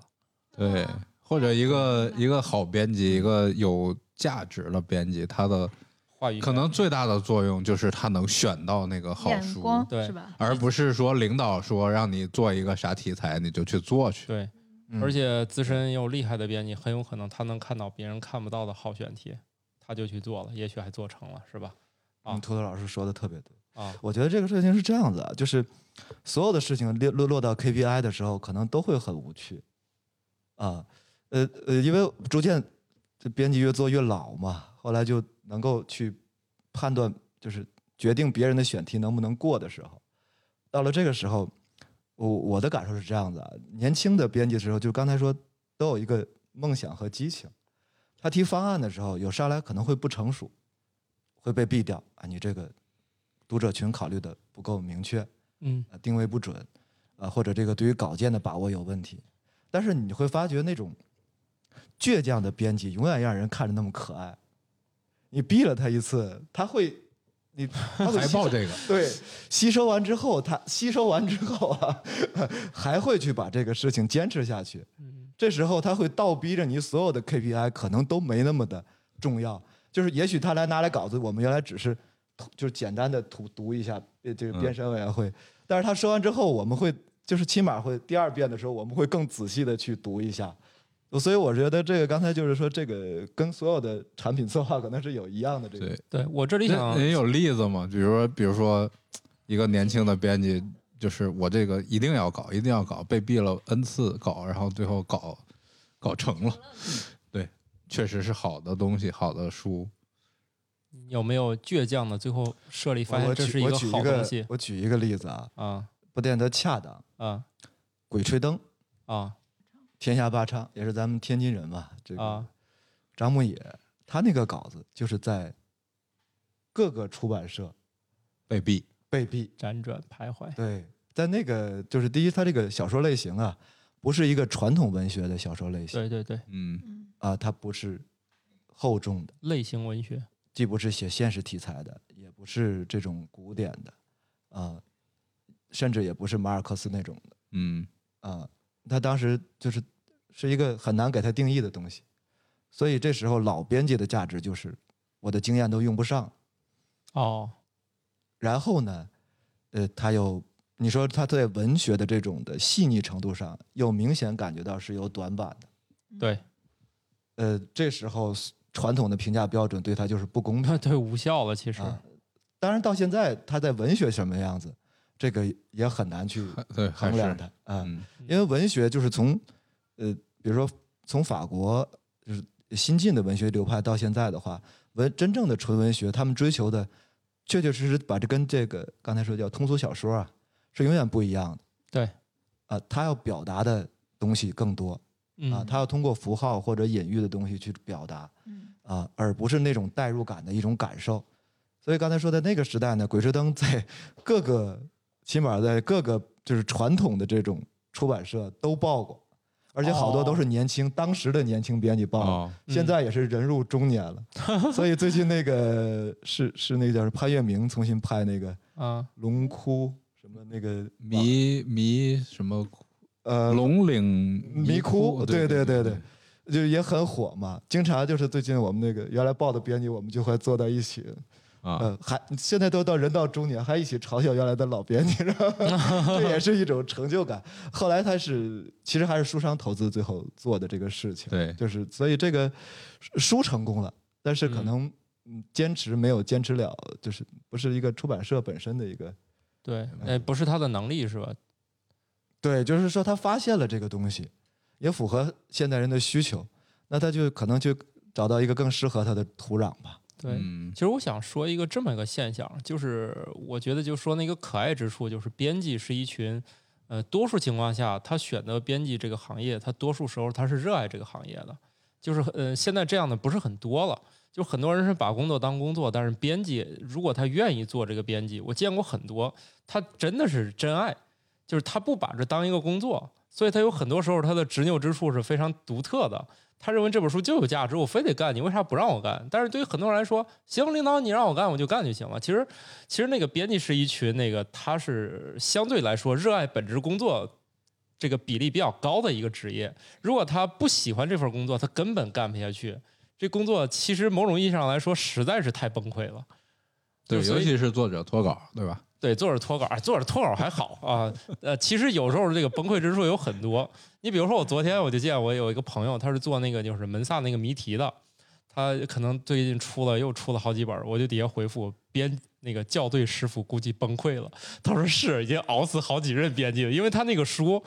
Speaker 4: 对，或者一
Speaker 6: 啊
Speaker 4: 个一个好编辑，一个有价值的编辑，他的
Speaker 1: 话语
Speaker 4: 可
Speaker 1: 权
Speaker 4: 能最大的作用就是他能选到那个好
Speaker 2: 眼
Speaker 4: 书，
Speaker 2: 光
Speaker 1: 对
Speaker 2: 是吧？
Speaker 4: 而不是说领导说让你做一个啥题材你就去做去。
Speaker 1: 对，
Speaker 6: 嗯
Speaker 1: 而且资深又厉害的编辑，很有可能他能看到别人看不到的好选题，他就去做了，也许还做成了，是吧？啊
Speaker 6: 嗯，秃头老师说的特别对。
Speaker 1: 啊，
Speaker 6: 我觉得这个事情是这样子啊，就是所有的事情落落落到 KPI 的时候，可能都会很无趣啊，呃呃，因为逐渐这编辑越做越老嘛，后来就能够去判断，就是决定别人的选题能不能过的时候，到了这个时候，我我的感受是这样子啊，年轻的编辑的时候，就刚才说都有一个梦想和激情，他提方案的时候，有上来可能会不成熟，会被毙掉啊，你这个读者群考虑的不够明确，
Speaker 1: 嗯，
Speaker 6: 呃定位不准，啊，或者这个对于稿件的把握有问题。但是你会发觉那种倔强的编辑，永远让人看着那么可爱。你逼了他一次，他会，你他会
Speaker 4: 还
Speaker 6: 吸
Speaker 4: 报
Speaker 6: 收
Speaker 4: 这个，
Speaker 6: 对，吸收完之后，他吸收完之后啊，还会去把这个事情坚持下去。这时候他会倒逼着你所有的 KPI 可能都没那么的重要，就是也许他来拿来稿子，我们原来只是涂就是简单的读读一下，呃这个
Speaker 1: 嗯
Speaker 6: 编审委员会，但是他说完之后，我们会就是起码会第二遍的时候，我们会更仔细的去读一下。所以我觉得这个刚才就是说，这个跟所有的产品策划可能是有一样的这个
Speaker 4: 对，
Speaker 1: 对我这里
Speaker 4: 那
Speaker 1: 想
Speaker 4: 您有例子吗？比如说，比如说，一个年轻的编辑，就是我这个一定要搞，一定要搞，被毙了 n 次搞，然后最后搞搞成了。
Speaker 6: 嗯
Speaker 4: [LAUGHS] 对，确实是好的东西，好的书。
Speaker 1: 有没有倔强的，最后设立发
Speaker 6: 我
Speaker 1: 现
Speaker 6: 我
Speaker 1: 这
Speaker 6: 举
Speaker 1: 是一
Speaker 6: 我
Speaker 1: 个
Speaker 6: 举
Speaker 1: 好东西
Speaker 6: 我举一个例子啊，
Speaker 1: 啊
Speaker 6: 不见得恰当，《
Speaker 1: 啊
Speaker 6: 鬼吹灯》
Speaker 1: 啊
Speaker 6: 天下霸唱也是咱们天津人嘛，这个
Speaker 1: 啊
Speaker 6: 张牧野，他那个稿子就是在各个出版社
Speaker 4: 被毙，
Speaker 6: 被毙。
Speaker 1: 辗转徘徊，
Speaker 6: 对，在那个就是第一，他这个小说类型啊，不是一个传统文学的小说类型
Speaker 1: 对对对，
Speaker 4: 嗯，
Speaker 6: 啊，它不是厚重的，
Speaker 1: 类型文学，
Speaker 6: 既不是写现实题材的，也呃不是这种古典的，啊、甚至也不是马尔克斯那种的，
Speaker 4: 嗯
Speaker 6: 啊，他当时就是是一个很难给他定义的东西，所以这时候老编辑的价值就是我的经验都用不上。
Speaker 1: 哦，
Speaker 6: 然后呢，呃，他又你说他在文学的这种的细腻程度上，又明显感觉到是有短板的。
Speaker 1: 对，
Speaker 6: 呃，这时候传统的评价标准对他就是不公平
Speaker 1: 那。对无效了，其实
Speaker 6: 啊当然，到现在他在文学什么样子，这个也很难去
Speaker 4: 对，还
Speaker 6: 衡
Speaker 4: 是
Speaker 6: 量它啊、
Speaker 4: 嗯
Speaker 6: 因为文学就是从，呃，比如说从法国就是新进的文学流派到现在的话，文真正的纯文学，他们追求的确确实实把这跟这个刚才说叫通俗小说啊，是永远不一样的。
Speaker 1: 对，
Speaker 6: 啊、他要表达的东西更多
Speaker 1: 嗯
Speaker 6: 啊，他要通过符号或者隐喻的东西去表达。
Speaker 2: 嗯，
Speaker 6: 啊，而不是那种代入感的一种感受。所以刚才说的那个时代呢，《鬼吹灯》在各个，起码在各个就是传统的这种出版社都报过，而且好多都是年轻、当时的年轻编辑报的，
Speaker 4: 哦
Speaker 6: 现在也是人入中年了。所以最近那个是是那个叫潘粤明重新拍那个《
Speaker 1: 啊，
Speaker 6: 龙窟》什么那个
Speaker 4: 迷迷什么
Speaker 6: 啊呃
Speaker 4: 龙岭迷
Speaker 6: 迷窟，对
Speaker 4: 对
Speaker 6: 对对对，就也很火嘛。经常就是最近我们那个原来报的编辑，我们就会坐在一起，
Speaker 4: 啊，
Speaker 6: 呃，还现在都到人到中年，还一起嘲笑原来的老编辑，是吧 [LAUGHS] 这也是一种成就感。后来他是其实还是书商投资最后做的这个事情，
Speaker 4: 对
Speaker 6: 就是所以这个书成功了，但是可
Speaker 1: 嗯
Speaker 6: 能嗯坚持没有坚持了，就是不是一个出版社本身的一个
Speaker 1: 对，哎，不是他的能力是吧？
Speaker 6: 对，就是说他发现了这个东西，也符合现代人的需求，那他就可能就找到一个更适合他的土壤吧。
Speaker 1: 对，
Speaker 4: 嗯
Speaker 1: 其实我想说一个这么一个现象，就是我觉得就说那个可爱之处，就是编辑是一群，呃，多数情况下他选择编辑这个行业，他多数时候他是热爱这个行业的，就是呃，现在这样的不是很多了。就很多人是把工作当工作，但是编辑如果他愿意做这个编辑，我见过很多，他真的是真爱，就是他不把这当一个工作，所以他有很多时候他的执拗之处是非常独特的。他认为这本书就有价值，我非得干，你为啥不让我干？但是对于很多人来说，行，领导你让我干，我就干就行了。其实，其实那个编辑是一群那个他是相对来说热爱本职工作这个比例比较高的一个职业。如果他不喜欢这份工作，他根本干不下去。这工作其实某种意义上来说，实在是太崩溃了。
Speaker 4: 对，
Speaker 1: 就所
Speaker 4: 尤
Speaker 1: 以
Speaker 4: 其是作者脱稿，对吧？
Speaker 1: 对，作者脱稿，哎作者脱稿还好啊。呃，其实有时候这个崩溃之处有很多。你比如说，我昨天我就见我有一个朋友，他是做那个就是门萨那个谜题的，他可能最近出了又出了好几本儿，我就底下回复编那个校对师傅估计崩溃了。他说是已经熬死好几任编辑了，因为他那个书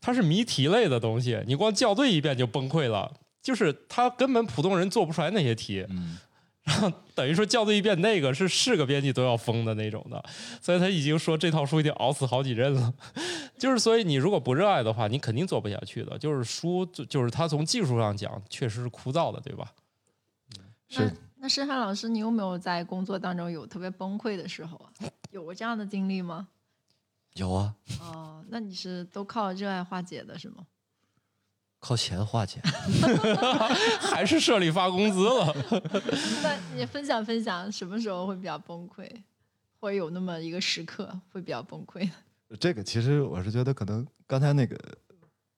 Speaker 1: 它是谜题类的东西，你光校对一遍就崩溃了，就是他根本普通人做不出来那些题。 [LAUGHS]
Speaker 4: 嗯，
Speaker 1: 等于说校对一遍那个是是个编辑都要疯的那种的，所以他已经说这套书已经熬死好几任了。 [LAUGHS] 就是所以你如果不热爱的话，你肯定做不下去的。就是书就就是它从技术上讲确实是枯燥的，对吧？ [LAUGHS]
Speaker 6: 是
Speaker 2: 那申汉老师，你有没有在工作当中有特别崩溃的时候啊？有过这样的经历吗？
Speaker 6: 有啊，
Speaker 2: 哦，那你是都靠热爱化解的是吗？ [LAUGHS]
Speaker 6: 靠钱化解。
Speaker 1: 还是社里发工资了？
Speaker 2: 那你分享分享，什么时候会比较崩溃，或者有那么一个时刻会比较崩溃？
Speaker 6: [LAUGHS]
Speaker 2: [LAUGHS]
Speaker 6: 这个其实我是觉得，可能刚才那个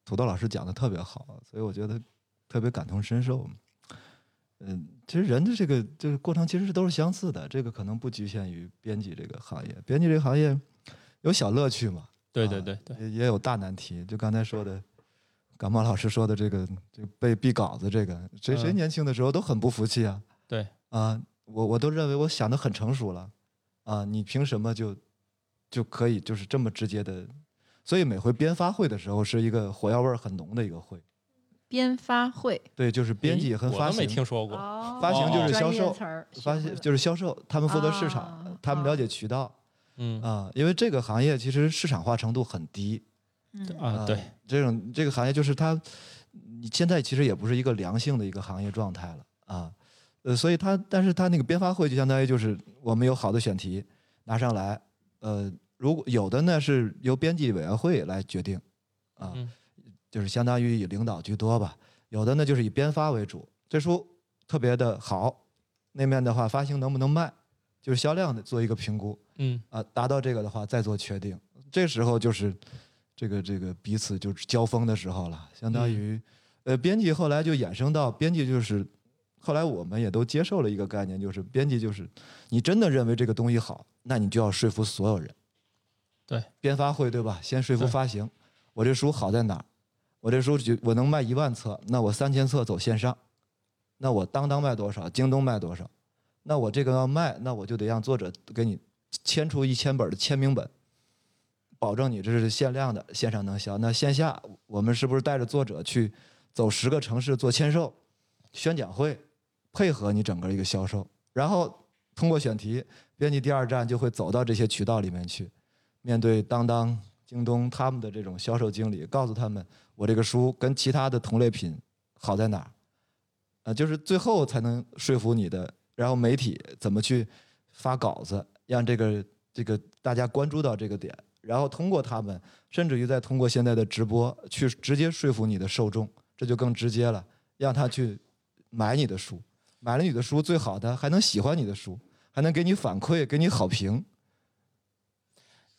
Speaker 6: 土豆老师讲的特别好，所以我觉得特别感同身受。嗯，其实人的这个这个过程其实都是相似的，这个可能不局限于编辑这个行业，编辑这个行业有小乐趣嘛，
Speaker 1: 对对对对，
Speaker 6: 啊也也有大难题。就刚才说的，感冒老师说的这个这个被毙稿子，这个谁谁
Speaker 1: 嗯
Speaker 6: 年轻的时候都很不服气啊。
Speaker 1: 对
Speaker 6: 啊，我我都认为我想的很成熟了啊，你凭什么就就可以就是这么直接的？所以每回编发会的时候是一个火药味儿很浓的一个会，
Speaker 2: 编发会
Speaker 6: 对，就是编辑
Speaker 1: 诶
Speaker 6: 和
Speaker 1: 我
Speaker 6: 发
Speaker 1: 都没
Speaker 6: 行，
Speaker 1: 听说过。
Speaker 2: 哦
Speaker 6: 发行就是销
Speaker 2: 专业
Speaker 6: 售
Speaker 2: 词儿学
Speaker 6: 发
Speaker 2: 会
Speaker 6: 行
Speaker 2: 了
Speaker 6: 就是销售，他们负责市场，
Speaker 2: 啊
Speaker 6: 他们
Speaker 2: 啊
Speaker 6: 了解渠道
Speaker 1: 嗯
Speaker 6: 啊，因为这个行业其实市场化程度很低，
Speaker 2: 嗯
Speaker 1: 啊，对，
Speaker 6: 呃这种这个行业就是它，你现在其实也不是一个良性的一个行业状态了啊，呃，所以它，但是它那个编发会就相当于就是我们有好的选题拿上来，呃，如果有的呢是由编辑委员会来决定，啊，
Speaker 1: 嗯
Speaker 6: 就是相当于以领导居多吧，有的呢就是以编发为主，这书特别的好，那面的话发行能不能卖，就是销量的做一个评估，
Speaker 1: 嗯
Speaker 6: 啊，达到这个的话再做确定。这时候就是这个这个彼此就交锋的时候了，相
Speaker 1: 嗯
Speaker 6: 当于，呃，编辑后来就衍生到编辑就是，后来我们也都接受了一个概念，就是编辑就是你真的认为这个东西好，那你就要说服所有人。
Speaker 1: 对，
Speaker 6: 编发会对吧？先说服
Speaker 1: 对
Speaker 6: 发行，我这书好在哪儿？我这书就我能卖一万册，那我三千册走线上，那我当当卖多少，京东卖多少？那我这个要卖，那我就得让作者给你签出一千本儿的签名本，保证你这是限量的，线上能销。那线下我们是不是带着作者去走十个城市做签售、宣讲会，配合你整个一个销售？然后通过选题，编辑第二站就会走到这些渠道里面去，面对当当、京东他们的这种销售经理，告诉他们我这个书跟其他的同类品好在哪儿，呃，就是最后才能说服你的。然后媒体怎么去发稿子，让这个这个大家关注到这个点，然后通过他们，甚至于再通过现在的直播去直接说服你的受众，这就更直接了，让他去买你的书，买了你的书，最好的还能喜欢你的书，还能给你反馈，给你好评。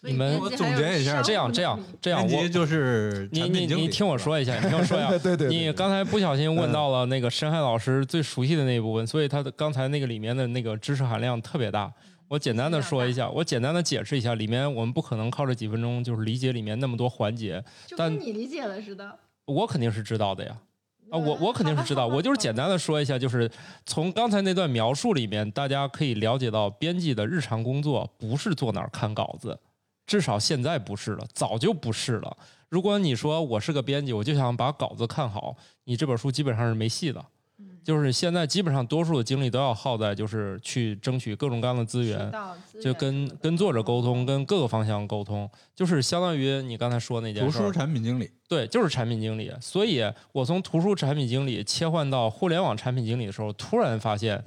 Speaker 2: 所以
Speaker 1: 你们
Speaker 2: 编辑
Speaker 1: 我
Speaker 2: 还
Speaker 4: 总
Speaker 2: 有
Speaker 4: 结一
Speaker 2: 商
Speaker 4: 下
Speaker 1: 这样
Speaker 2: 务
Speaker 1: 这样
Speaker 2: 能力
Speaker 1: 这样，我
Speaker 4: 就是
Speaker 1: [LAUGHS] 你你你听我，说一下，你听我说一下。
Speaker 6: [LAUGHS] 对对对
Speaker 1: 你
Speaker 6: 对嗯
Speaker 1: 刚才不小心问到了那个深海老师最熟悉的那一部分，所以他的刚才那个里面的那个知识含量特别大。我简单的说一下，我简单的解释一下，里面我们不可能靠这几分钟就是理解里面那么多环节，
Speaker 2: 就
Speaker 1: 但
Speaker 2: 跟你理解了似的。嗯
Speaker 1: 我肯定是知道的呀。啊，我
Speaker 2: [LAUGHS]
Speaker 1: 我肯定是知道，
Speaker 2: 好吧
Speaker 1: 我就是简单的说一下，就是从刚才那段描述里面，大家可以了解到编辑的日常工作不是坐哪儿看稿子，至少现在不是了，早就不是了。如果你说我是个编辑，我就想把稿子看好，你这本书基本上是没戏的。
Speaker 2: 嗯
Speaker 1: 就是现在基本上多数的精力都要耗在就是去争取各种各样的资源
Speaker 2: 渠，道资
Speaker 1: 就
Speaker 2: 源
Speaker 1: 跟
Speaker 2: 什么的
Speaker 1: 跟作者沟通，跟各个方向沟通，就是相当于你刚才说那件
Speaker 4: 图
Speaker 1: 事儿
Speaker 4: 书产品经理，
Speaker 1: 对，就是产品经理。所以我从图书产品经理切换到互联网产品经理的时候，突然发现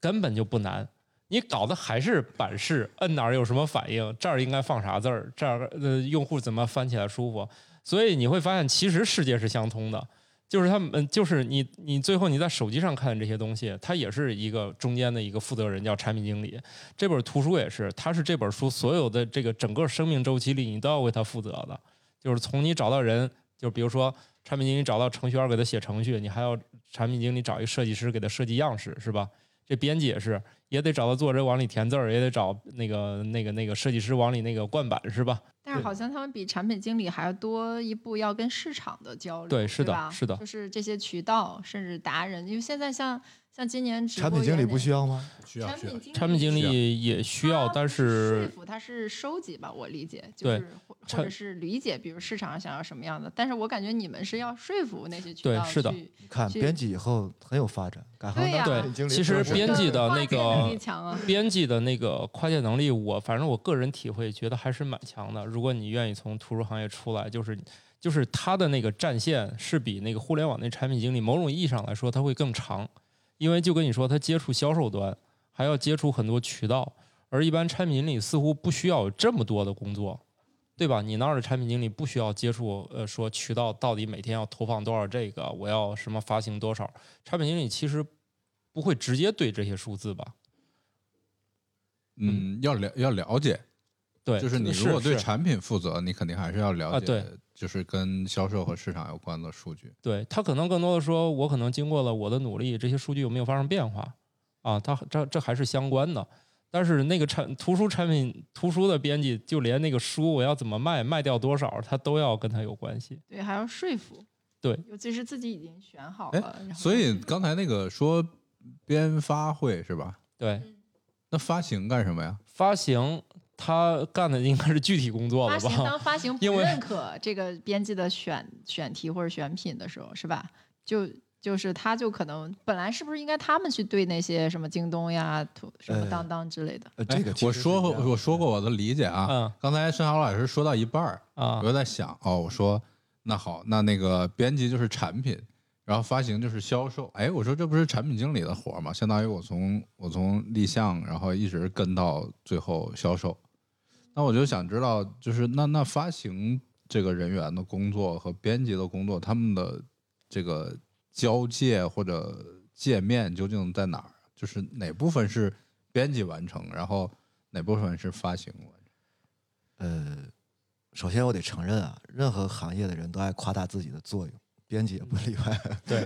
Speaker 1: 根本就不难。你搞的还是版式，摁哪儿有什么反应，这儿应该放啥字儿，这儿呃用户怎么翻起来舒服。所以你会发现，其实世界是相通的，就是他们就是你你最后你在手机上看的这些东西，它也是一个中间的一个负责人叫产品经理。这本图书也是，它是这本书所有的这个整个生命周期里，你都要为它负责的。就是从你找到人，就比如说产品经理找到程序员给他写程序，你还要产品经理找一个设计师给他设计样式，是吧？这编辑也是，也得找到作者往里填字儿，也得找那个那个那个设计师往里那个灌版，是吧？
Speaker 2: 但是好像他们比产品经理还要多一步，要跟市场的交流。
Speaker 1: 对是的
Speaker 2: 吧
Speaker 1: 是的
Speaker 2: 就是这些渠道，甚至达人，因为现在像像今年直播
Speaker 6: 产品经理不需
Speaker 2: 要，
Speaker 6: 要吗？
Speaker 4: 需要
Speaker 2: 产
Speaker 4: 需要
Speaker 2: 品。经理
Speaker 1: 产品经理也需要，
Speaker 2: 他
Speaker 1: 但
Speaker 2: 不
Speaker 1: 是
Speaker 2: 说服他是收集吧，我理解就
Speaker 1: 对
Speaker 2: 是或或
Speaker 1: 产
Speaker 2: 者是理解，比如市场上想要什么样的。但是我感觉你们是要说服那些渠
Speaker 1: 对
Speaker 2: 道
Speaker 1: 是的
Speaker 2: 去
Speaker 6: 你看
Speaker 2: 去
Speaker 6: 编辑以后很有发展，改行
Speaker 2: 对
Speaker 6: 当
Speaker 2: 呀
Speaker 6: 产品经理
Speaker 1: 其实
Speaker 6: 不是
Speaker 1: 编辑的那
Speaker 2: 跨界
Speaker 1: 个
Speaker 2: 能力强啊，
Speaker 1: [LAUGHS] 编辑的那个跨界能力，我反正我个人体会觉得还是蛮强的。如果你愿意从图书行业出来，就是就是他的那个战线是比那个互联网那产品经理某种意义上来说，他会更长，因为就跟你说，他接触销售端，还要接触很多渠道，而一般产品经理似乎不需要有这么多的工作。对吧？你那儿的产品经理不需要接触，呃，说渠道到底每天要投放多少这个，我要什么发行多少？产品经理其实不会直接对这些数字吧？
Speaker 4: 嗯，要了要了解，
Speaker 1: 对，
Speaker 4: 就是你如果对
Speaker 1: 是
Speaker 4: 产品负责，你肯定还是要了
Speaker 1: 啊
Speaker 4: 解，
Speaker 1: 对
Speaker 4: 就是跟销售和市场有关的数据。
Speaker 1: 对他可能更多的说，我可能经过了我的努力，这些数据有没有发生变化啊？他这这还是相关的。但是那个产图书产品图书的编辑，就连那个书我要怎么卖，卖掉多少，他都要跟他有关系。
Speaker 2: 对，还要说服。
Speaker 1: 对，
Speaker 2: 尤其是自己已经选好
Speaker 4: 哎
Speaker 2: 了，然后
Speaker 4: 所以刚才那个说编发会是吧？
Speaker 1: 对，
Speaker 2: 嗯
Speaker 4: 那发行干什么呀？
Speaker 1: 发行他干的应该是具体工作
Speaker 2: 发
Speaker 1: 了
Speaker 2: 行
Speaker 1: 吧？
Speaker 2: 当发行不
Speaker 1: 因为
Speaker 2: 认可这个编辑的选选题或者选品的时候，是吧？就就是他就可能本来是不是应该他们去对那些什么京东呀、图什么
Speaker 6: 呃
Speaker 2: 当当之类的？
Speaker 6: 呃
Speaker 4: 哎
Speaker 6: 这个其
Speaker 4: 我
Speaker 6: 实是
Speaker 4: 说
Speaker 6: 一
Speaker 4: 过
Speaker 6: 样的
Speaker 4: 我说过我的理解啊。
Speaker 1: 嗯
Speaker 4: 刚才申豪老师说到一半儿，
Speaker 1: 啊
Speaker 4: 我就在想哦，我说那好，那那个编辑就是产品，然后发行就是销售。哎，我说这不是产品经理的活儿吗？相当于我从我从立项，然后一直跟到最后销售。那我就想知道，就是那那发行这个人员的工作和编辑的工作，他们的这个交界或者界面究竟在哪儿？就是哪部分是编辑完成，然后哪部分是发行完成？
Speaker 6: 呃，首先我得承认啊，任何行业的人都爱夸大自己的作用，编辑也不例外。
Speaker 1: 对，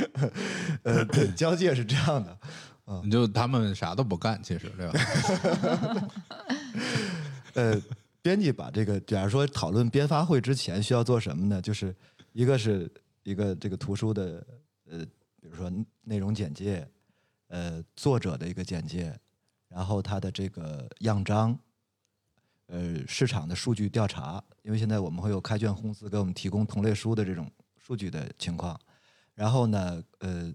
Speaker 6: [LAUGHS] 呃，对，交界是这样的，
Speaker 4: 你就他们啥都不干，其实对吧？
Speaker 6: 呃，编辑把这个，假如说讨论编发会之前需要做什么呢？就是一个是一个这个图书的呃，比如说内容简介，呃，作者的一个简介，然后它的这个样章，呃，市场的数据调查，因为现在我们会有开卷公司给我们提供同类书的这种数据的情况，然后呢，呃，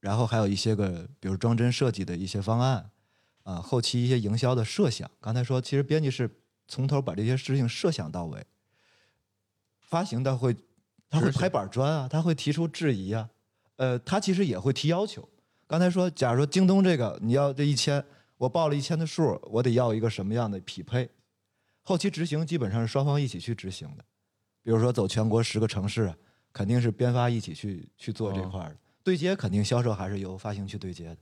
Speaker 6: 然后还有一些个，比如装帧设计的一些方案，啊，后期一些营销的设想。刚才说，其实编辑是从头把这些事情设想到尾，发行他会他会拍板砖啊，他会提出质疑啊，呃，他其实也会提要求。刚才说，假如说京东这个你要这一千，我报了一千的数，我得要一个什么样的匹配？后期执行基本上是双方一起去执行的，比如说走全国十个城市，啊肯定是编发一起去去做这
Speaker 1: 哦
Speaker 6: 块儿的，对接肯定销售还是由发行去对接的。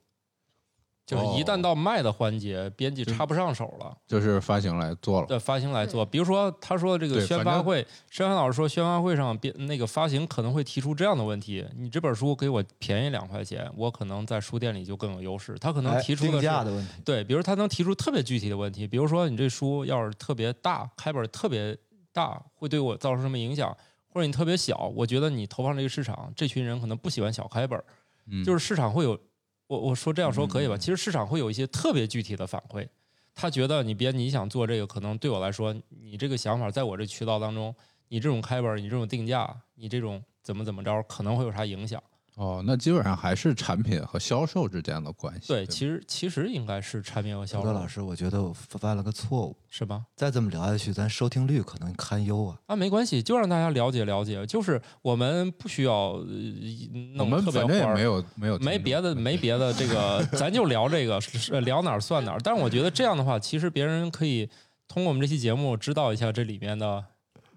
Speaker 1: 就是
Speaker 4: 哦
Speaker 1: 一旦到卖的环节，编辑插不上手了，
Speaker 4: 就是发行来做了，
Speaker 1: 对呃发行来做。比如说，他说这个
Speaker 4: 对
Speaker 1: 宣
Speaker 4: 反
Speaker 1: 发
Speaker 4: 正
Speaker 1: 会，申涵老师说宣发会上编那个发行可能会提出这样的问题：你这本书给我便宜两块钱，我可能在书店里就更有优势。他可能
Speaker 6: 哎
Speaker 1: 提出
Speaker 6: 定
Speaker 1: 的是
Speaker 6: 价的问题，
Speaker 1: 对，比如他能提出特别具体的问题，比如说你这书要是特别大，开本儿特别大，会对我造成什么影响？或者你特别小，我觉得你投放这个市场，这群人可能不喜欢小开本儿，
Speaker 4: 嗯
Speaker 1: 就是市场会有，我我说这样说可以吧？其实市场会有一些特别具体的反馈，他觉得你别你想做这个，可能对我来说，你这个想法在我这渠道当中，你这种开本儿，你这种定价，你这种怎么怎么着，可能会有啥影响？
Speaker 4: 哦，那基本上还是产品和销售之间的关系。
Speaker 1: 对，
Speaker 4: 吧
Speaker 1: 其实其实应该是产品和销
Speaker 6: 小周老
Speaker 1: 售，
Speaker 6: 师，我觉得我犯了个错误，
Speaker 1: 是吧？
Speaker 6: 再这么聊下去，咱收听率可能堪忧啊。
Speaker 1: 啊，没关系，就让大家了解了解，就是我们不需要呃弄
Speaker 4: 我们
Speaker 1: 特别
Speaker 4: 反正
Speaker 1: 花
Speaker 4: 也
Speaker 1: 儿
Speaker 4: 没有
Speaker 6: 哦
Speaker 4: 没有
Speaker 1: 没
Speaker 4: 听
Speaker 1: 别
Speaker 4: 众
Speaker 1: 的，没别的，这个咱就聊这个，是聊哪儿算哪儿。但是我觉得这样的话，其实别人可以通过我们这期节目知道一下这里面的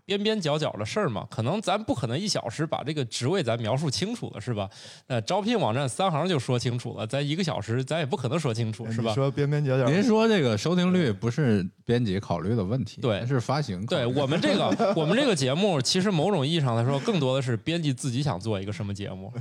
Speaker 1: 边边角角的事儿嘛。可能咱不可能一小时把这个职位咱描述清楚了，是吧？那招聘网站三行就说清楚了，咱一个小时咱也不可能说清楚，是吧
Speaker 6: 哎你？说边边角角，
Speaker 4: 您说这个收听率不是编辑考虑的问题，
Speaker 1: 对
Speaker 4: 是发行考虑
Speaker 1: 对
Speaker 4: 的
Speaker 1: 我们这个我们这个节目，其实某种意义上来说，更多的是编辑自己想做一个什么节目，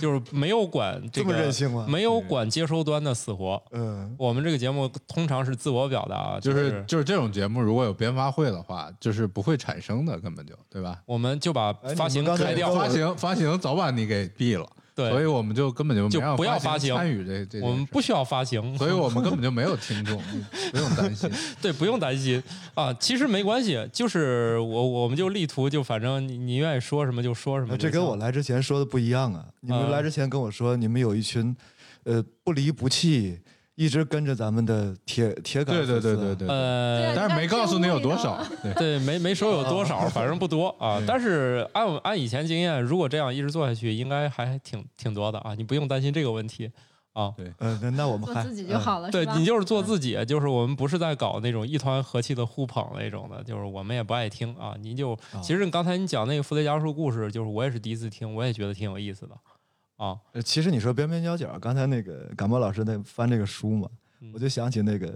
Speaker 1: 就是没有管这
Speaker 6: 这
Speaker 1: 个
Speaker 6: 么任性吗？
Speaker 1: 没有管接收端的死活。
Speaker 6: 嗯，
Speaker 1: 我们这个节目通常是自我表达，、
Speaker 4: 就是
Speaker 1: 啊
Speaker 4: 是就是这种节目，如果有编发会的话，就是不会产生的，根本就对吧？
Speaker 1: 我们就把
Speaker 6: 哎
Speaker 1: 发行
Speaker 6: 你们刚才
Speaker 1: 开掉，
Speaker 6: 说
Speaker 4: 发行发行早把你给毙了，所以
Speaker 1: 对，
Speaker 4: 我们就根本就
Speaker 1: 就
Speaker 4: 没让
Speaker 1: 不要
Speaker 4: 发
Speaker 1: 发行
Speaker 4: 参与这这件事，
Speaker 1: 我们不需要发行，
Speaker 4: 所以我们根本就没有听众，不用担心。
Speaker 1: 对，不用担心啊。其实没关系，就是我我们就力图就反正你你愿意说什么就说什么
Speaker 6: 呃
Speaker 1: 就行，
Speaker 6: 这跟我来之前说的不一样啊。你
Speaker 1: 嗯
Speaker 6: 们来之前跟我说，你们有一群，呃，不离不弃，一直跟着咱们的铁铁杆
Speaker 4: 对对
Speaker 6: 粉丝啊
Speaker 4: 对对对，
Speaker 1: 呃
Speaker 2: 对
Speaker 4: 但是没告诉你有多少，对，
Speaker 1: 对，没没说有多少，反正不多啊。但是按我按以前经验，如果这样一直做下去，应该还挺挺多的啊。你不用担心这个问题啊。
Speaker 6: 呃，那那我们
Speaker 2: 做
Speaker 6: 还
Speaker 2: 自己就。好了，
Speaker 1: 对
Speaker 2: 是吧
Speaker 1: 你就是做自己，就是我们不是在搞那种一团和气的互捧那种的，就是我们也不爱听啊。您就其实刚才你讲那个傅雷家树故事，就是我也是第一次听，我也觉得挺有意思的啊。
Speaker 6: 呃其实你说边边角角，刚才那个感冒老师那翻这个书嘛，
Speaker 1: 嗯
Speaker 6: 我就想起那个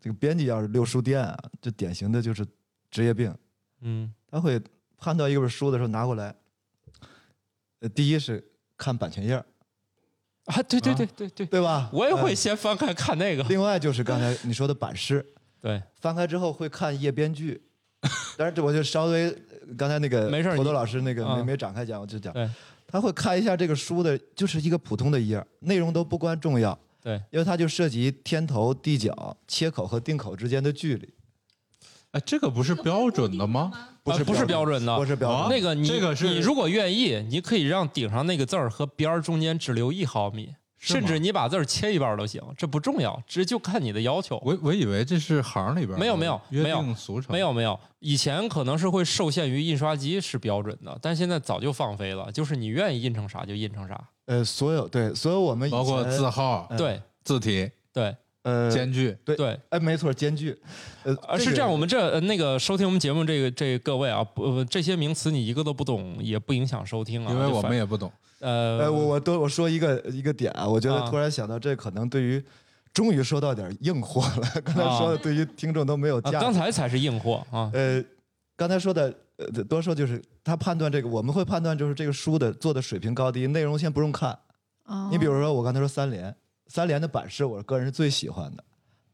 Speaker 6: 这个编辑要是溜书店啊，这典型的就是职业病。
Speaker 1: 嗯，
Speaker 6: 他会判断一本书的时候拿过来，呃，第一是看版权页儿，
Speaker 1: 啊，对对
Speaker 4: 啊
Speaker 1: 对对对，
Speaker 6: 对吧？
Speaker 1: 我也会
Speaker 6: 呃
Speaker 1: 先翻开看那个。
Speaker 6: 另外就是刚才你说的版式，
Speaker 1: 对，
Speaker 6: 翻开之后会看页边 [LAUGHS] 距，但是这我就稍微呃刚才那个
Speaker 1: 没事儿
Speaker 6: 头
Speaker 1: 你
Speaker 6: 头老师那个没
Speaker 1: 嗯
Speaker 6: 没展开讲，我就讲
Speaker 1: 对，
Speaker 6: 他会看一下这个书的，就是一个普通的页儿，内容都不关重要，
Speaker 1: 对，
Speaker 6: 因为它就涉及天头、地角、切口和定口之间的距离，
Speaker 4: 哎，这个不是 [LAUGHS] 标准的
Speaker 5: 哦
Speaker 4: 吗？
Speaker 6: 不是
Speaker 1: 啊不是标准的，
Speaker 6: 不是标准
Speaker 4: 啊
Speaker 6: 的，
Speaker 1: 那个你
Speaker 4: 这个是
Speaker 1: 你如果愿意，你可以让顶上那个字儿和边儿中间只留一毫米，
Speaker 4: 是吗
Speaker 1: 甚至你把字儿切一半儿都行，这不重要，这就看你的要求。
Speaker 4: 我我以为这是行里边
Speaker 1: 没有没有
Speaker 4: 的约
Speaker 1: 没有
Speaker 4: 定俗成，
Speaker 1: 没有没有，以前可能是会受限于印刷机是标准的，但现在早就放飞了，就是你愿意印成啥就印成啥。
Speaker 6: 呃，所有对，所有我们以
Speaker 4: 包括
Speaker 6: 前
Speaker 4: 字号、
Speaker 6: 嗯
Speaker 1: 对
Speaker 4: 字体、
Speaker 1: 对
Speaker 6: 呃，
Speaker 4: 间距。
Speaker 6: 对
Speaker 1: 对，
Speaker 6: 哎，没错，间距，呃，
Speaker 1: 呃，是
Speaker 6: 个
Speaker 1: 这样，我们这呃那个收听我们节目这个这各位啊，不、呃这些名词你一个都不懂，也不影响收听啊。
Speaker 4: 因为
Speaker 1: 就
Speaker 4: 我
Speaker 1: 反
Speaker 4: 们也不懂，
Speaker 1: 呃，
Speaker 6: 呃，我我多我说一个一个点啊，我觉得
Speaker 1: 啊
Speaker 6: 突然想到，这可能对于终于 [LAUGHS] 说到点硬货了。刚才说的对于听众都没有
Speaker 1: 啊
Speaker 6: 价值。
Speaker 1: 刚才才是硬货啊，
Speaker 6: 呃，刚才说的，呃，多说就是他判断这个，我们会判断就是这个书的做的水平高低，内容先不用看。
Speaker 2: 哦
Speaker 6: 你
Speaker 2: 哎
Speaker 6: 比如说我刚才说三联，三联的版式我个人是最喜欢的，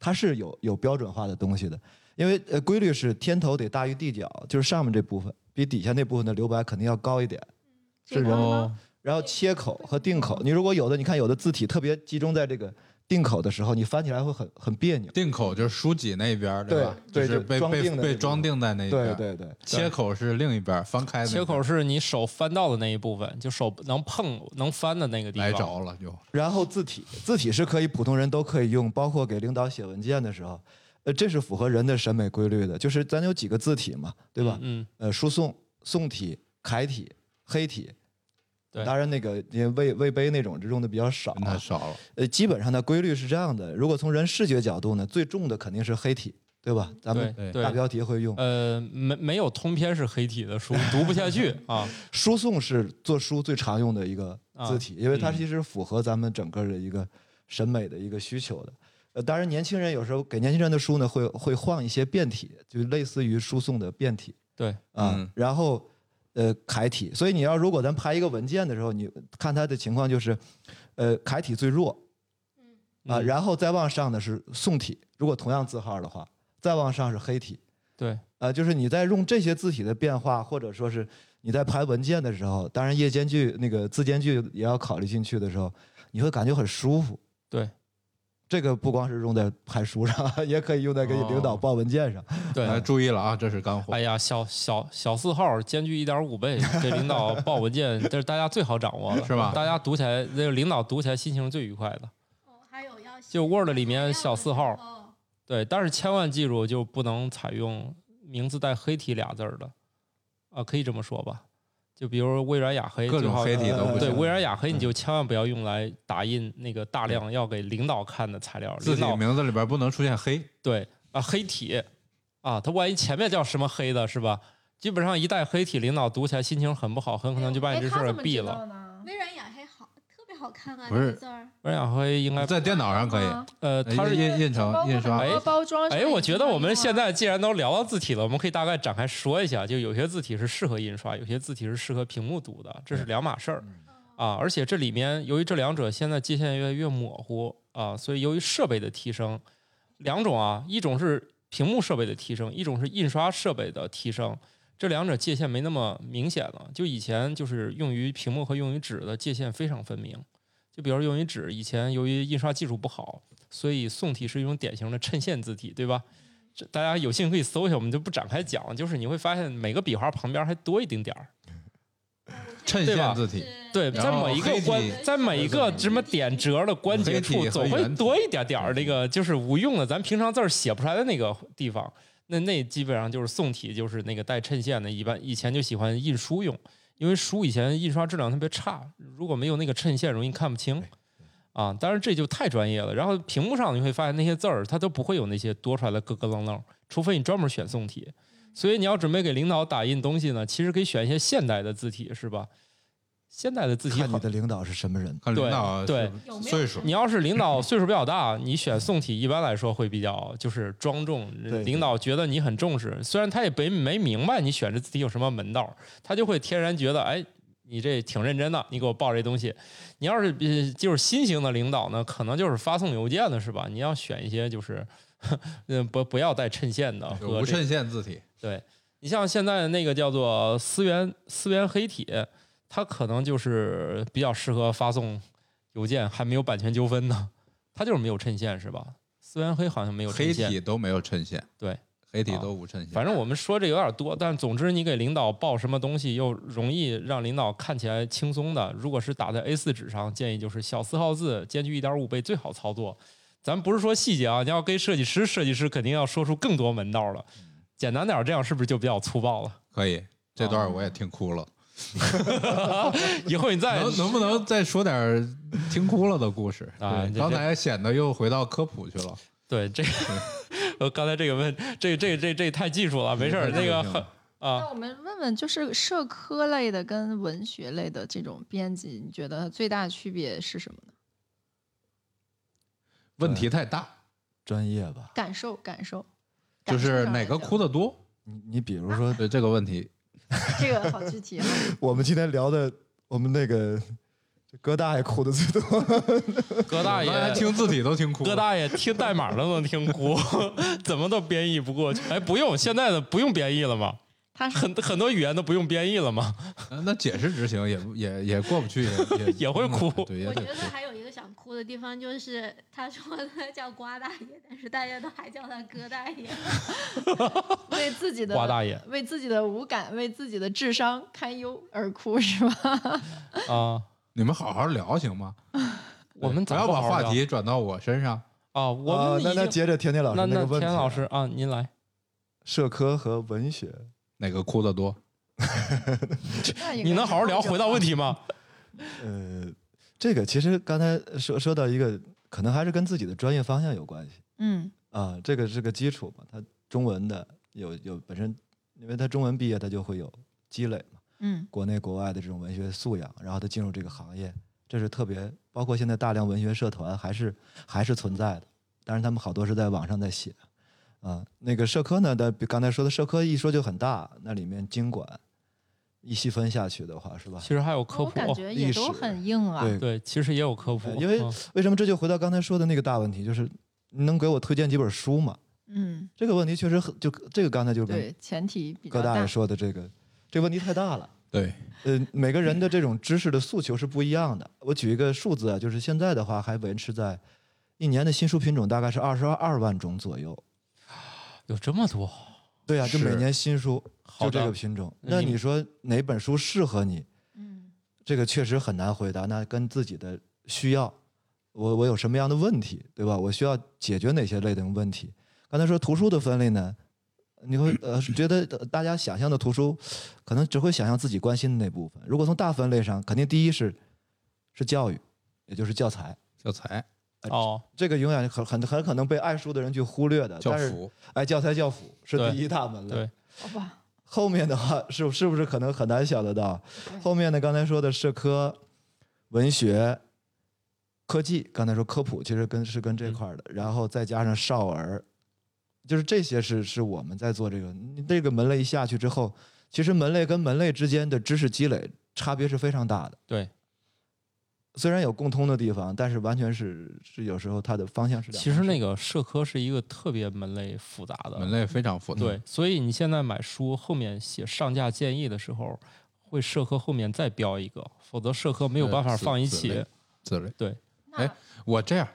Speaker 6: 它是有有标准化的东西的，因为呃规律是天头得大于地角，就是上面这部分比底下那部分的留白肯定要高一点。
Speaker 2: 这个
Speaker 1: 哦，
Speaker 6: 然后切口和定口，你如果有的你看有的字体特别集中在这个定口的时候，你翻起来会很很别扭。
Speaker 4: 定口就是书籍那边儿，吧？
Speaker 6: 对对
Speaker 4: 就是
Speaker 6: 就
Speaker 4: 被
Speaker 6: 装订
Speaker 4: 被
Speaker 6: 的那
Speaker 4: 被
Speaker 6: 边
Speaker 4: 装订在那边
Speaker 6: 对
Speaker 4: 儿。
Speaker 6: 对对，
Speaker 4: 切口是另一边儿，翻开的
Speaker 1: 切
Speaker 4: 那边
Speaker 1: 口
Speaker 4: 儿
Speaker 1: 是你手翻到的那一部分，就手能碰能翻的那个地方。
Speaker 4: 来着了
Speaker 1: 啊
Speaker 4: 就。
Speaker 6: 然后字体，字体是可以普通人都可以用，包括给领导写文件的时候，呃，这是符合人的审美规律的。就是咱有几个字体嘛，对吧？
Speaker 1: 嗯，
Speaker 6: 呃，书宋、宋体、楷体、黑体，
Speaker 1: 对
Speaker 6: 当然那个因为魏魏碑那种就用的比较少、
Speaker 4: 太
Speaker 6: 啊，
Speaker 4: 少了，
Speaker 6: 呃，基本上的规律是这样的。如果从人视觉角度呢，最重的肯定是黑体，对吧？咱
Speaker 1: 对
Speaker 6: 们
Speaker 4: 对
Speaker 6: 大标题会用。
Speaker 1: 呃，没没有通篇是黑体的书，读不下
Speaker 6: [LAUGHS]
Speaker 1: 去啊。
Speaker 6: 书宋是做书最常用的一个字体，因为它
Speaker 1: 嗯
Speaker 6: 其实符合咱们整个的一个审美的一个需求的。呃，当然，年轻人有时候给年轻人的书呢，会会换一些变体，就类似于书宋的变体
Speaker 1: 对，
Speaker 6: 啊。
Speaker 4: 嗯
Speaker 6: 然后，呃，楷体。所以你要如果咱排一个文件的时候，你看它的情况就是，呃，楷体最弱啊，
Speaker 1: 嗯
Speaker 6: 然后再往上呢是宋体，如果同样字号的话，再往上是黑体。
Speaker 1: 对，
Speaker 6: 呃，就是你在用这些字体的变化，或者说是你在排文件的时候，当然页间距那个字间距也要考虑进去的时候，你会感觉很舒服。
Speaker 1: 对，
Speaker 6: 这个不光是用在排书上， [LAUGHS] 也可以用在给
Speaker 1: 哦
Speaker 6: 领导报文件上。
Speaker 1: 对，
Speaker 4: 来注意了啊，这是干货
Speaker 1: 哎。呀，小小小四号间距一点五倍，这领导报文件，这是大家最好掌握的，
Speaker 4: 是吧
Speaker 1: 大家读起来，那个领导读起来心情最愉快的。
Speaker 5: 哦还有要写
Speaker 1: 就 Word 里面小四号，
Speaker 5: 哦，
Speaker 1: 对，但是千万记住，就不能采用名字带黑体俩字儿的，啊，可以这么说吧？就比如微软雅黑，
Speaker 4: 各种
Speaker 1: 最好
Speaker 4: 黑体都不
Speaker 1: 对，
Speaker 4: 行嗯
Speaker 1: 微软雅黑你就千万不要用来打印那个大量要给领导看的材料，
Speaker 4: 字
Speaker 1: 领
Speaker 4: 体
Speaker 1: 导
Speaker 4: 名字里边不能出现黑，
Speaker 1: 对啊，黑体啊，他万一前面叫什么黑的是吧？基本上一带黑体，领导读起来心情很不好，很可能就把你
Speaker 2: 哎，
Speaker 1: 这事
Speaker 2: 他
Speaker 1: 儿
Speaker 2: 怎
Speaker 1: 给
Speaker 2: 么
Speaker 1: 毙
Speaker 2: 知
Speaker 1: 了。
Speaker 2: 道呢？
Speaker 5: 微软雅黑好，特别好看啊，
Speaker 4: 不是
Speaker 5: 那个字儿。
Speaker 1: 微软雅黑应该
Speaker 4: 在电脑
Speaker 1: [LAUGHS]
Speaker 4: 上可
Speaker 2: 嗯
Speaker 4: 以，
Speaker 1: 呃，他是
Speaker 4: 印印印
Speaker 2: 啊包
Speaker 4: 成
Speaker 2: 括
Speaker 4: 印刷
Speaker 1: 哎
Speaker 2: 包包装上
Speaker 1: 哎，
Speaker 2: 也
Speaker 1: 我
Speaker 2: 经
Speaker 1: 觉得
Speaker 2: 常
Speaker 1: 我们
Speaker 2: 用
Speaker 1: 现
Speaker 2: 啊
Speaker 1: 在既然都聊到字体了，我们可以大概展开说一下，就有些字体是适合印刷，有些字体是适合屏幕读的，这是两码事儿啊。而且这里面由于这两者现在界限越来越模糊啊，所以由于设备的提升，两种啊，一种是屏幕设备的提升，一种是印刷设备的提升。这两者界限没那么明显了，就以前就是用于屏幕和用于纸的界限非常分明。就比如用于纸，以前由于印刷技术不好，所以宋体是一种典型的衬线字体，对吧？这大家有兴趣可以搜一下，我们就不展开讲了。就是你会发现每个笔画旁边还多一丁点儿，
Speaker 4: 衬
Speaker 1: 对吧
Speaker 4: 线字体，
Speaker 1: 对，
Speaker 4: 然
Speaker 1: 在
Speaker 4: 后
Speaker 1: 每一个
Speaker 4: 黑
Speaker 1: 关
Speaker 4: 体，
Speaker 1: 在每一个什么点折的关节
Speaker 4: 黑
Speaker 1: 处，
Speaker 4: 体和
Speaker 1: 总会
Speaker 4: 圆体嗯
Speaker 1: 多一点点儿那个就是无用的，咱平常字儿写不出来的那个地方。那那基本上就是宋体，就是那个带衬线的，一般以前就喜欢印书用，因为书以前印刷质量特别差，如果没有那个衬线，容易看不清。啊，当然这就太专业了。然后屏幕上你会发现那些字儿，它都不会有那些多出来的咯咯楞楞，除非你专门选宋体。所以你要准备给领导打印东西呢，其实可以选一些现代的字体，是吧？现代的字体
Speaker 6: 看
Speaker 1: 好
Speaker 6: 你的领导是什么人。
Speaker 4: 看领导
Speaker 1: 对
Speaker 4: 是
Speaker 5: 有没有
Speaker 4: 岁数
Speaker 1: 你要是领导岁数比较大，你选宋体一般来说会比较就是庄重，
Speaker 6: 对
Speaker 1: 领导觉得你很重视，虽然他也没没明白你选这字体有什么门道，他就会天然觉得哎。你这挺认真的，你给我报这东西。你要是呃就是新型的领导呢，可能就是发送邮件的是吧？你要选一些就是， [LAUGHS] 嗯，不不要带衬线的
Speaker 4: 有
Speaker 1: 和
Speaker 4: 无
Speaker 1: 这个
Speaker 4: 衬线字体，
Speaker 1: 对你像现在那个叫做思源思源黑体，它可能就是比较适合发送邮件，还没有版权纠纷呢。它就是没有衬线是吧？思源黑好像没有
Speaker 4: 黑
Speaker 1: 衬线。
Speaker 4: 体都没有衬线，
Speaker 1: 对，
Speaker 4: 黑体
Speaker 1: 啊
Speaker 4: 都无衬线
Speaker 1: 反。正我们说这有点多，但总之你给领导报什么东西，又容易让领导看起来轻松的。如果是打在 A4 纸上，建议就是小四号字，间距一点五倍最好操作。咱不是说细节啊，你要跟设计师，设计师肯定要说出更多门道了。简单点儿，这样是不是就比较粗暴了？
Speaker 4: 可以，这段我也听哭了。
Speaker 1: 以哎后你再
Speaker 4: 能能不能再说点儿听哭了的故事？
Speaker 1: 啊
Speaker 4: 对
Speaker 1: 这
Speaker 4: 刚才显得又回到科普去了。
Speaker 1: 对这个， [LAUGHS] 我刚才这个问，这这这这太技术了，没事儿，那个很啊
Speaker 2: 那，我们问问，就是社科类的跟文学类的这种编辑，你觉得最大区别是什么呢？
Speaker 4: 问题太大，
Speaker 6: 专业吧，
Speaker 2: 感受，感受，
Speaker 4: 就
Speaker 2: 感受
Speaker 4: 是
Speaker 2: 上
Speaker 4: 哪
Speaker 2: 来
Speaker 4: 个
Speaker 2: 讲
Speaker 4: 哭的多？
Speaker 6: 你你比如说，
Speaker 4: 对这个问题，
Speaker 2: 这个好具体啊。
Speaker 6: 我们今天聊的，我们那个哥大爷哭的最多，
Speaker 1: [LAUGHS] 葛大爷
Speaker 4: 我刚才听字体都听哭了。
Speaker 1: 哥大爷听代码都能听哭， [LAUGHS] 怎么都编译不过去。哎，不用，现在的不用编译了吗？
Speaker 2: 他
Speaker 1: [LAUGHS]
Speaker 2: 是
Speaker 1: 很很多语言都不用编译了吗？
Speaker 4: 呃那解释执行也不也也过不去，
Speaker 1: [LAUGHS]
Speaker 4: 也也
Speaker 1: 也会哭
Speaker 4: 对，也
Speaker 5: 我
Speaker 4: 得
Speaker 5: 觉
Speaker 4: 哭
Speaker 5: 得还有一个想哭的地方，就是他说他叫瓜大爷，但是大家都还叫他哥大爷。
Speaker 2: 为自己的
Speaker 1: 瓜大爷
Speaker 2: 为自己的无感、为自己的智商堪忧而哭
Speaker 1: [LAUGHS]
Speaker 2: 是吧？
Speaker 1: 啊、
Speaker 4: 你们好好聊行吗？
Speaker 1: 我们
Speaker 4: 不
Speaker 1: 咋
Speaker 4: 要把
Speaker 1: 好好
Speaker 4: 话
Speaker 1: 聊
Speaker 4: 题转到我身上。
Speaker 1: 啊，我
Speaker 6: 啊
Speaker 1: 们已
Speaker 6: 那
Speaker 1: 经、
Speaker 6: 那接着甜甜老师
Speaker 1: 那
Speaker 6: 个
Speaker 1: 那
Speaker 6: 问题，
Speaker 1: 田老师啊，您来，
Speaker 6: 社科和文学，
Speaker 4: 哪个哭的多？
Speaker 1: 你能好好聊回答问题
Speaker 2: [LAUGHS]
Speaker 1: 吗？
Speaker 6: 呃，这个其实刚才说说到一个，可能还是跟自己的专业方向有关系。
Speaker 2: 嗯，
Speaker 6: 啊，这个是个基础嘛，它中文的有有本身，因为他中文毕业，他就会有积累嘛，
Speaker 2: 嗯
Speaker 6: 国内国外的这种文学素养，然后他进入这个行业，这是特别，包括现在大量文学社团还是还是存在的，但是他们好多是在网上在写，啊，那个社科呢，但比刚才说的社科一说就很大，那里面经管一细分下去的话，是吧
Speaker 1: 其？实还有科
Speaker 2: 我
Speaker 1: 普，哦
Speaker 2: 感觉
Speaker 6: 历
Speaker 2: 也
Speaker 6: 史
Speaker 2: 都很硬啊。
Speaker 6: 对
Speaker 1: 对，其实也有科 [LAUGHS] 普，
Speaker 6: 哎呃因为
Speaker 1: 嗯
Speaker 6: 为什么这就回到刚才说的那个大问题，就是你能给我推荐几本书吗？
Speaker 2: 嗯，
Speaker 6: 这个问题确实很，就这个刚才就是跟
Speaker 2: 对，前提比
Speaker 6: 葛
Speaker 2: 较
Speaker 6: 大
Speaker 2: 大
Speaker 6: 爷。说的这个，这个问题太大了。
Speaker 4: 对，
Speaker 6: 呃，每个人的这种知识的诉求是不一样的。我举一个数字啊，就是现在的话还维持在一年的新书品种大概是二十二万种左右。
Speaker 1: 有这么多，
Speaker 6: 对啊，就每
Speaker 4: 是
Speaker 6: 年新书
Speaker 1: 好
Speaker 6: 就这
Speaker 1: 的
Speaker 6: 个品种。那
Speaker 1: 你
Speaker 6: 你说哪本书适合你？
Speaker 2: 嗯
Speaker 6: 这个确实很难回答。那跟自己的需要，我我有什么样的问题，对吧？我需要解决哪些类的问题？刚才说图书的分类呢，你会呃觉得呃大家想象的图书，可能只会想象自己关心的那部分。如果从大分类上，肯定第一是是教育，也就是教材，
Speaker 4: 教材、
Speaker 1: 哦，
Speaker 6: 这个永远很很很可能被爱书的人去忽略的。
Speaker 4: 教
Speaker 6: 但是，
Speaker 4: 辅，
Speaker 6: 哎，教材教辅是
Speaker 1: 对
Speaker 6: 第一大门类。
Speaker 1: 对
Speaker 2: 好吧，
Speaker 6: 后面的话是是不是可能很难想得到
Speaker 2: 对？
Speaker 6: 后面的刚才说的社科、文学、科技，刚才说科普其实跟是跟这块儿的，然后再加上少儿，就是这些是是我们在做这个你这个门类一下去之后，其实门类跟门类之间的知识积累差别是非常大的。
Speaker 1: 对，
Speaker 6: 虽然有共通的地方，但是完全是是有时候它的方向是两
Speaker 1: 其实
Speaker 6: 回事
Speaker 1: 那个社科是一个特别门类复杂的
Speaker 4: 门类非常复杂。
Speaker 1: 对，，所以你现在买书后面写上架建议的时候，会社科后面再标一个，否则社科没有
Speaker 4: 呃
Speaker 1: 办法
Speaker 4: 子
Speaker 1: 放一
Speaker 4: 子类
Speaker 1: 起。
Speaker 4: 之类。
Speaker 2: 那
Speaker 4: 哎我这样，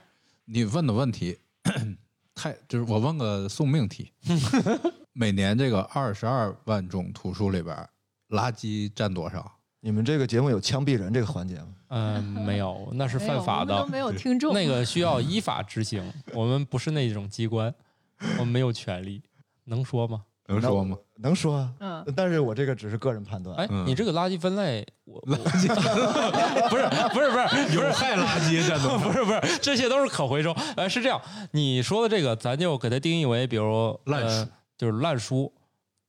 Speaker 4: 你问的问题太就是我问个送
Speaker 1: [LAUGHS]
Speaker 4: 命题。每年这个二十二万种图书里边，垃圾占多少？
Speaker 6: 你们这个节目有枪毙人这个环节吗？
Speaker 1: 嗯、没有，那是
Speaker 2: 没有
Speaker 1: 犯法
Speaker 2: 我们
Speaker 1: 的
Speaker 2: 都，没有听众。
Speaker 1: 那个需要依法执行。我们不是那种机关，我们没有权利，能说吗？
Speaker 4: 能
Speaker 6: 那
Speaker 4: 说
Speaker 6: 我
Speaker 4: 吗？？
Speaker 6: 能说啊。
Speaker 1: 呃
Speaker 2: 嗯，
Speaker 6: 但是我这个只是个人判断。
Speaker 1: 哎，
Speaker 4: 嗯
Speaker 1: 你这个垃圾分类，我我不是不是不是
Speaker 4: [LAUGHS]
Speaker 1: 有害垃圾，真的 [LAUGHS] 不是不是，这些都是可回收。呃，是这样，你说的这个，咱就给它定义为，比如
Speaker 4: 烂
Speaker 1: 呃
Speaker 4: 书
Speaker 1: 就是烂书，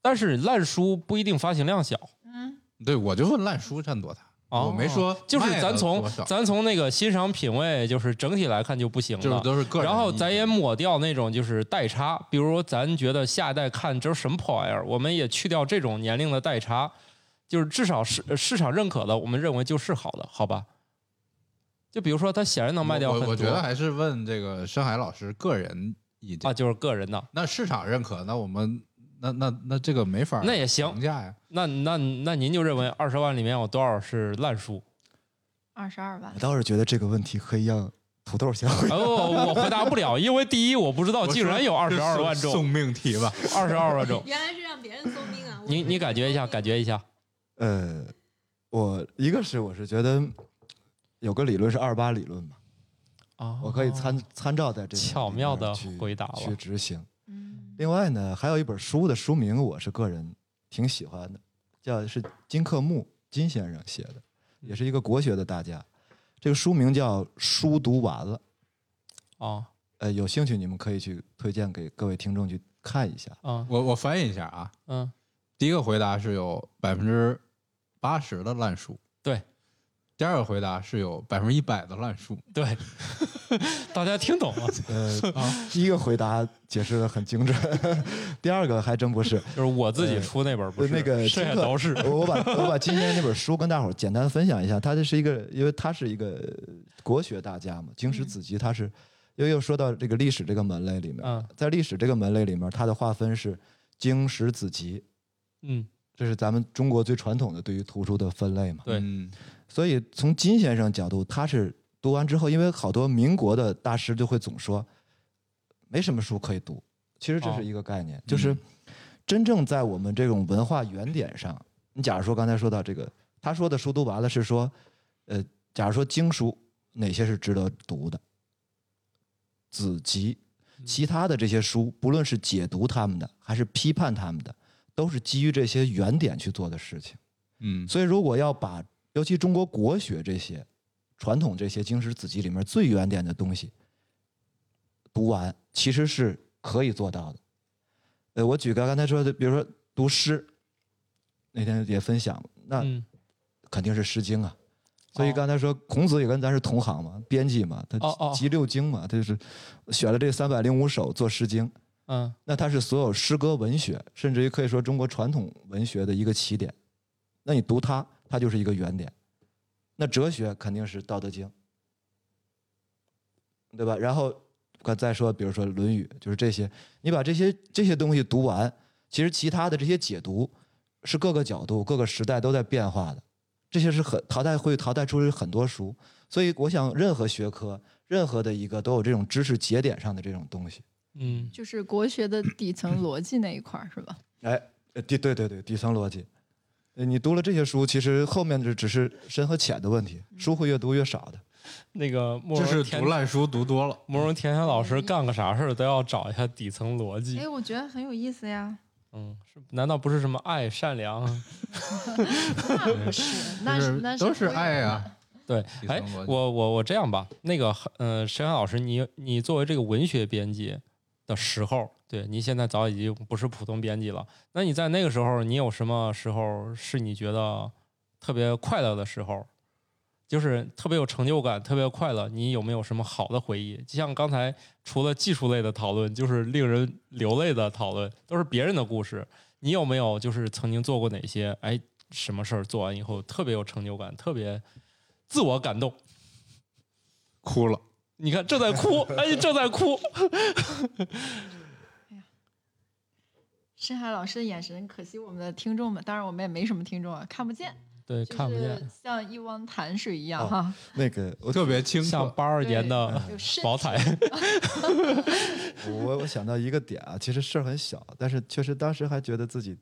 Speaker 1: 但是烂书不一定发行量小。
Speaker 2: 嗯，
Speaker 4: 对，我就问烂书占多大，
Speaker 1: 哦
Speaker 4: 我没说
Speaker 1: 就是
Speaker 4: 卖
Speaker 1: 咱
Speaker 4: 了
Speaker 1: 从
Speaker 4: 多少
Speaker 1: 咱从那个欣赏品味，就是整体来看就不行
Speaker 4: 就是
Speaker 1: 了。
Speaker 4: 都是个人意
Speaker 1: 然
Speaker 4: 见。
Speaker 1: 后咱也抹掉那种就是代差，比如说咱觉得下一代看这是什么破玩意儿，我们也去掉这种年龄的代差，就是至少市呃市场认可的，我们认为就是好的，好吧？就比如说它显然能卖掉很
Speaker 4: 我我
Speaker 1: 多，
Speaker 4: 我觉得还是问这个深海老师个人意见
Speaker 1: 啊，。就是个人的，
Speaker 4: 那市场认可，那我们那那那这个没法儿
Speaker 1: 那也行
Speaker 4: 评价呀。
Speaker 1: 那那那您就认为二十万里面有多少是烂书？
Speaker 2: 二十二万
Speaker 6: 我。倒是觉得这个问题可以让土豆先回答。
Speaker 1: 哦，我回答不了，因为第一我不知道
Speaker 4: 我
Speaker 1: 竟
Speaker 4: 说
Speaker 1: 哦然有二十二
Speaker 4: 送
Speaker 1: 万种，
Speaker 4: 送命题吧，
Speaker 1: 二十二万种，
Speaker 5: 原来是让别人送命啊！我
Speaker 1: 你
Speaker 5: 们
Speaker 1: 你感觉一下，感觉一下。
Speaker 6: [LAUGHS] 呃，我一个是我是觉得有个理论是二八理论嘛，
Speaker 1: 啊，
Speaker 6: 我可以参参照在这个
Speaker 1: 巧
Speaker 6: 里
Speaker 1: 妙
Speaker 6: 面
Speaker 1: 地
Speaker 6: 去
Speaker 1: 回答了
Speaker 6: 去执行。
Speaker 2: 嗯，
Speaker 6: 另外呢，还有一本书的书名我是个人挺喜欢的，叫是金克木金先生写的，
Speaker 1: 嗯
Speaker 6: 也是一个国学的大家。这个书名叫《书读完了》，
Speaker 1: 啊
Speaker 6: 呃，有兴趣你们可以去推荐给各位听众去看一下。
Speaker 1: 啊
Speaker 4: 我我翻译一下啊。
Speaker 1: 嗯，
Speaker 4: 第一个回答是有百分之八十的烂书，
Speaker 1: 对，
Speaker 4: 第二个回答是有百分之一百的烂数，
Speaker 1: 对， [LAUGHS] 大家听懂了，
Speaker 6: 呃，
Speaker 1: [LAUGHS] 啊
Speaker 6: 第一个回答解释的很精准， [LAUGHS] 第二个还真不是。
Speaker 1: 就是我自己出那本 [LAUGHS] 不
Speaker 6: 呃
Speaker 1: 是，
Speaker 6: 那个
Speaker 1: 剩下
Speaker 6: 金克
Speaker 1: 都
Speaker 6: [LAUGHS]
Speaker 1: 是
Speaker 6: 我我把我把今天那本书跟大伙儿简单分享一下，他这是一个，因为他是一个国学大家嘛，经
Speaker 1: 嗯
Speaker 6: 史子集，他是又又说到这个历史这个门类里面，
Speaker 1: 嗯
Speaker 6: 在历史这个门类里面，它的划分是经史子集，
Speaker 1: 嗯，
Speaker 6: 这是咱们中国最传统的对于图书的分类嘛。
Speaker 1: 对
Speaker 4: 嗯
Speaker 6: 所以从金先生角度，他是读完之后，因为好多民国的大师就会总说，没什么书可以读。其实这
Speaker 1: 哦
Speaker 6: 是一个概念，就是真正在我们这种文化原点上，你假如说刚才说到这个，他说的书读完了是说，呃，假如说经书哪些是值得读的，子集，其他的这些书，不论是解读他们的，还是批判他们的，都是基于这些原点去做的事情。
Speaker 4: 嗯
Speaker 6: 所以，如果要把尤其中国国学这些传统这些经史子集里面最原点的东西读完，其实是可以做到的。呃，我举个刚才说的，比如说读诗，那天也分享，那
Speaker 1: 嗯
Speaker 6: 肯定是《诗经》啊。所以
Speaker 1: 哦
Speaker 6: 刚才说孔子也跟咱是同行嘛，编辑嘛，他
Speaker 1: 哦哦
Speaker 6: 集六经嘛，他就是选了这三百零五首做《诗经》，
Speaker 1: 嗯
Speaker 6: 那它是所有诗歌文学，甚至于可以说中国传统文学的一个起点。那你读它，它就是一个原点。那哲学肯定是《道德经》，对吧？然后刚再说，比如说《论语》，就是这些。你把这些这些东西读完，其实其他的这些解读是各个角度、各个时代都在变化的。这些是很淘汰会淘汰出很多书，所以我想，任何学科、任何的一个都有这种知识节点上的这种东西。
Speaker 1: 嗯，
Speaker 2: 就是国学的
Speaker 1: [LAUGHS]
Speaker 2: 底层逻辑那一块儿是吧？
Speaker 6: 哎，呃底对对对，底层逻辑。呃你读了这些书，其实后面就只是深和浅的问题，书会越读越少的。
Speaker 1: 那个慕
Speaker 4: 就
Speaker 1: 容
Speaker 4: 是
Speaker 1: 甜
Speaker 4: 读烂书读多了，
Speaker 1: 慕容甜甜老师干个啥事儿都要找一下底层逻辑
Speaker 2: 哎，，我觉得很有意思呀。
Speaker 1: 嗯，是难道不是什么爱、善良？啊
Speaker 2: 那不是， [LAUGHS] 嗯那
Speaker 4: 就是
Speaker 2: 是那
Speaker 4: 都是
Speaker 2: 会
Speaker 4: 爱啊，
Speaker 1: 对
Speaker 4: 底，层
Speaker 1: 哎
Speaker 4: 逻，辑
Speaker 1: 我我我这样吧，那个呃，沈阳老师，你你作为这个文学编辑的时候，对您现在早已经不是普通编辑了，那你在那个时候，你有什么时候是你觉得特别快乐的时候？就是特别有成就感，特别快乐。你有没有什么好的回忆？就像刚才除了技术类的讨论，就是令人流泪的讨论，都是别人的故事。你有没有就是曾经做过哪些哎什么事儿做完以后特别有成就感，特别自我感动。
Speaker 4: 哭了。
Speaker 1: 你看，正在哭，哎，正在
Speaker 6: [LAUGHS]
Speaker 1: 哭。
Speaker 2: 深海老师的眼神，可惜我们的听众们，当然我们也没什么听众啊，看不见，
Speaker 1: 对，
Speaker 2: 就
Speaker 1: 看不
Speaker 2: 是
Speaker 1: 见，
Speaker 2: 像一汪潭水一样
Speaker 6: 哦
Speaker 2: 哈。
Speaker 6: 那个，我
Speaker 4: 特别清
Speaker 1: 像
Speaker 4: 楚，
Speaker 1: 八二年的
Speaker 6: 嗯
Speaker 2: 有肾
Speaker 1: 茅台。
Speaker 6: 我我想到一个点啊，其实事儿很小，但是确实当时还觉得自己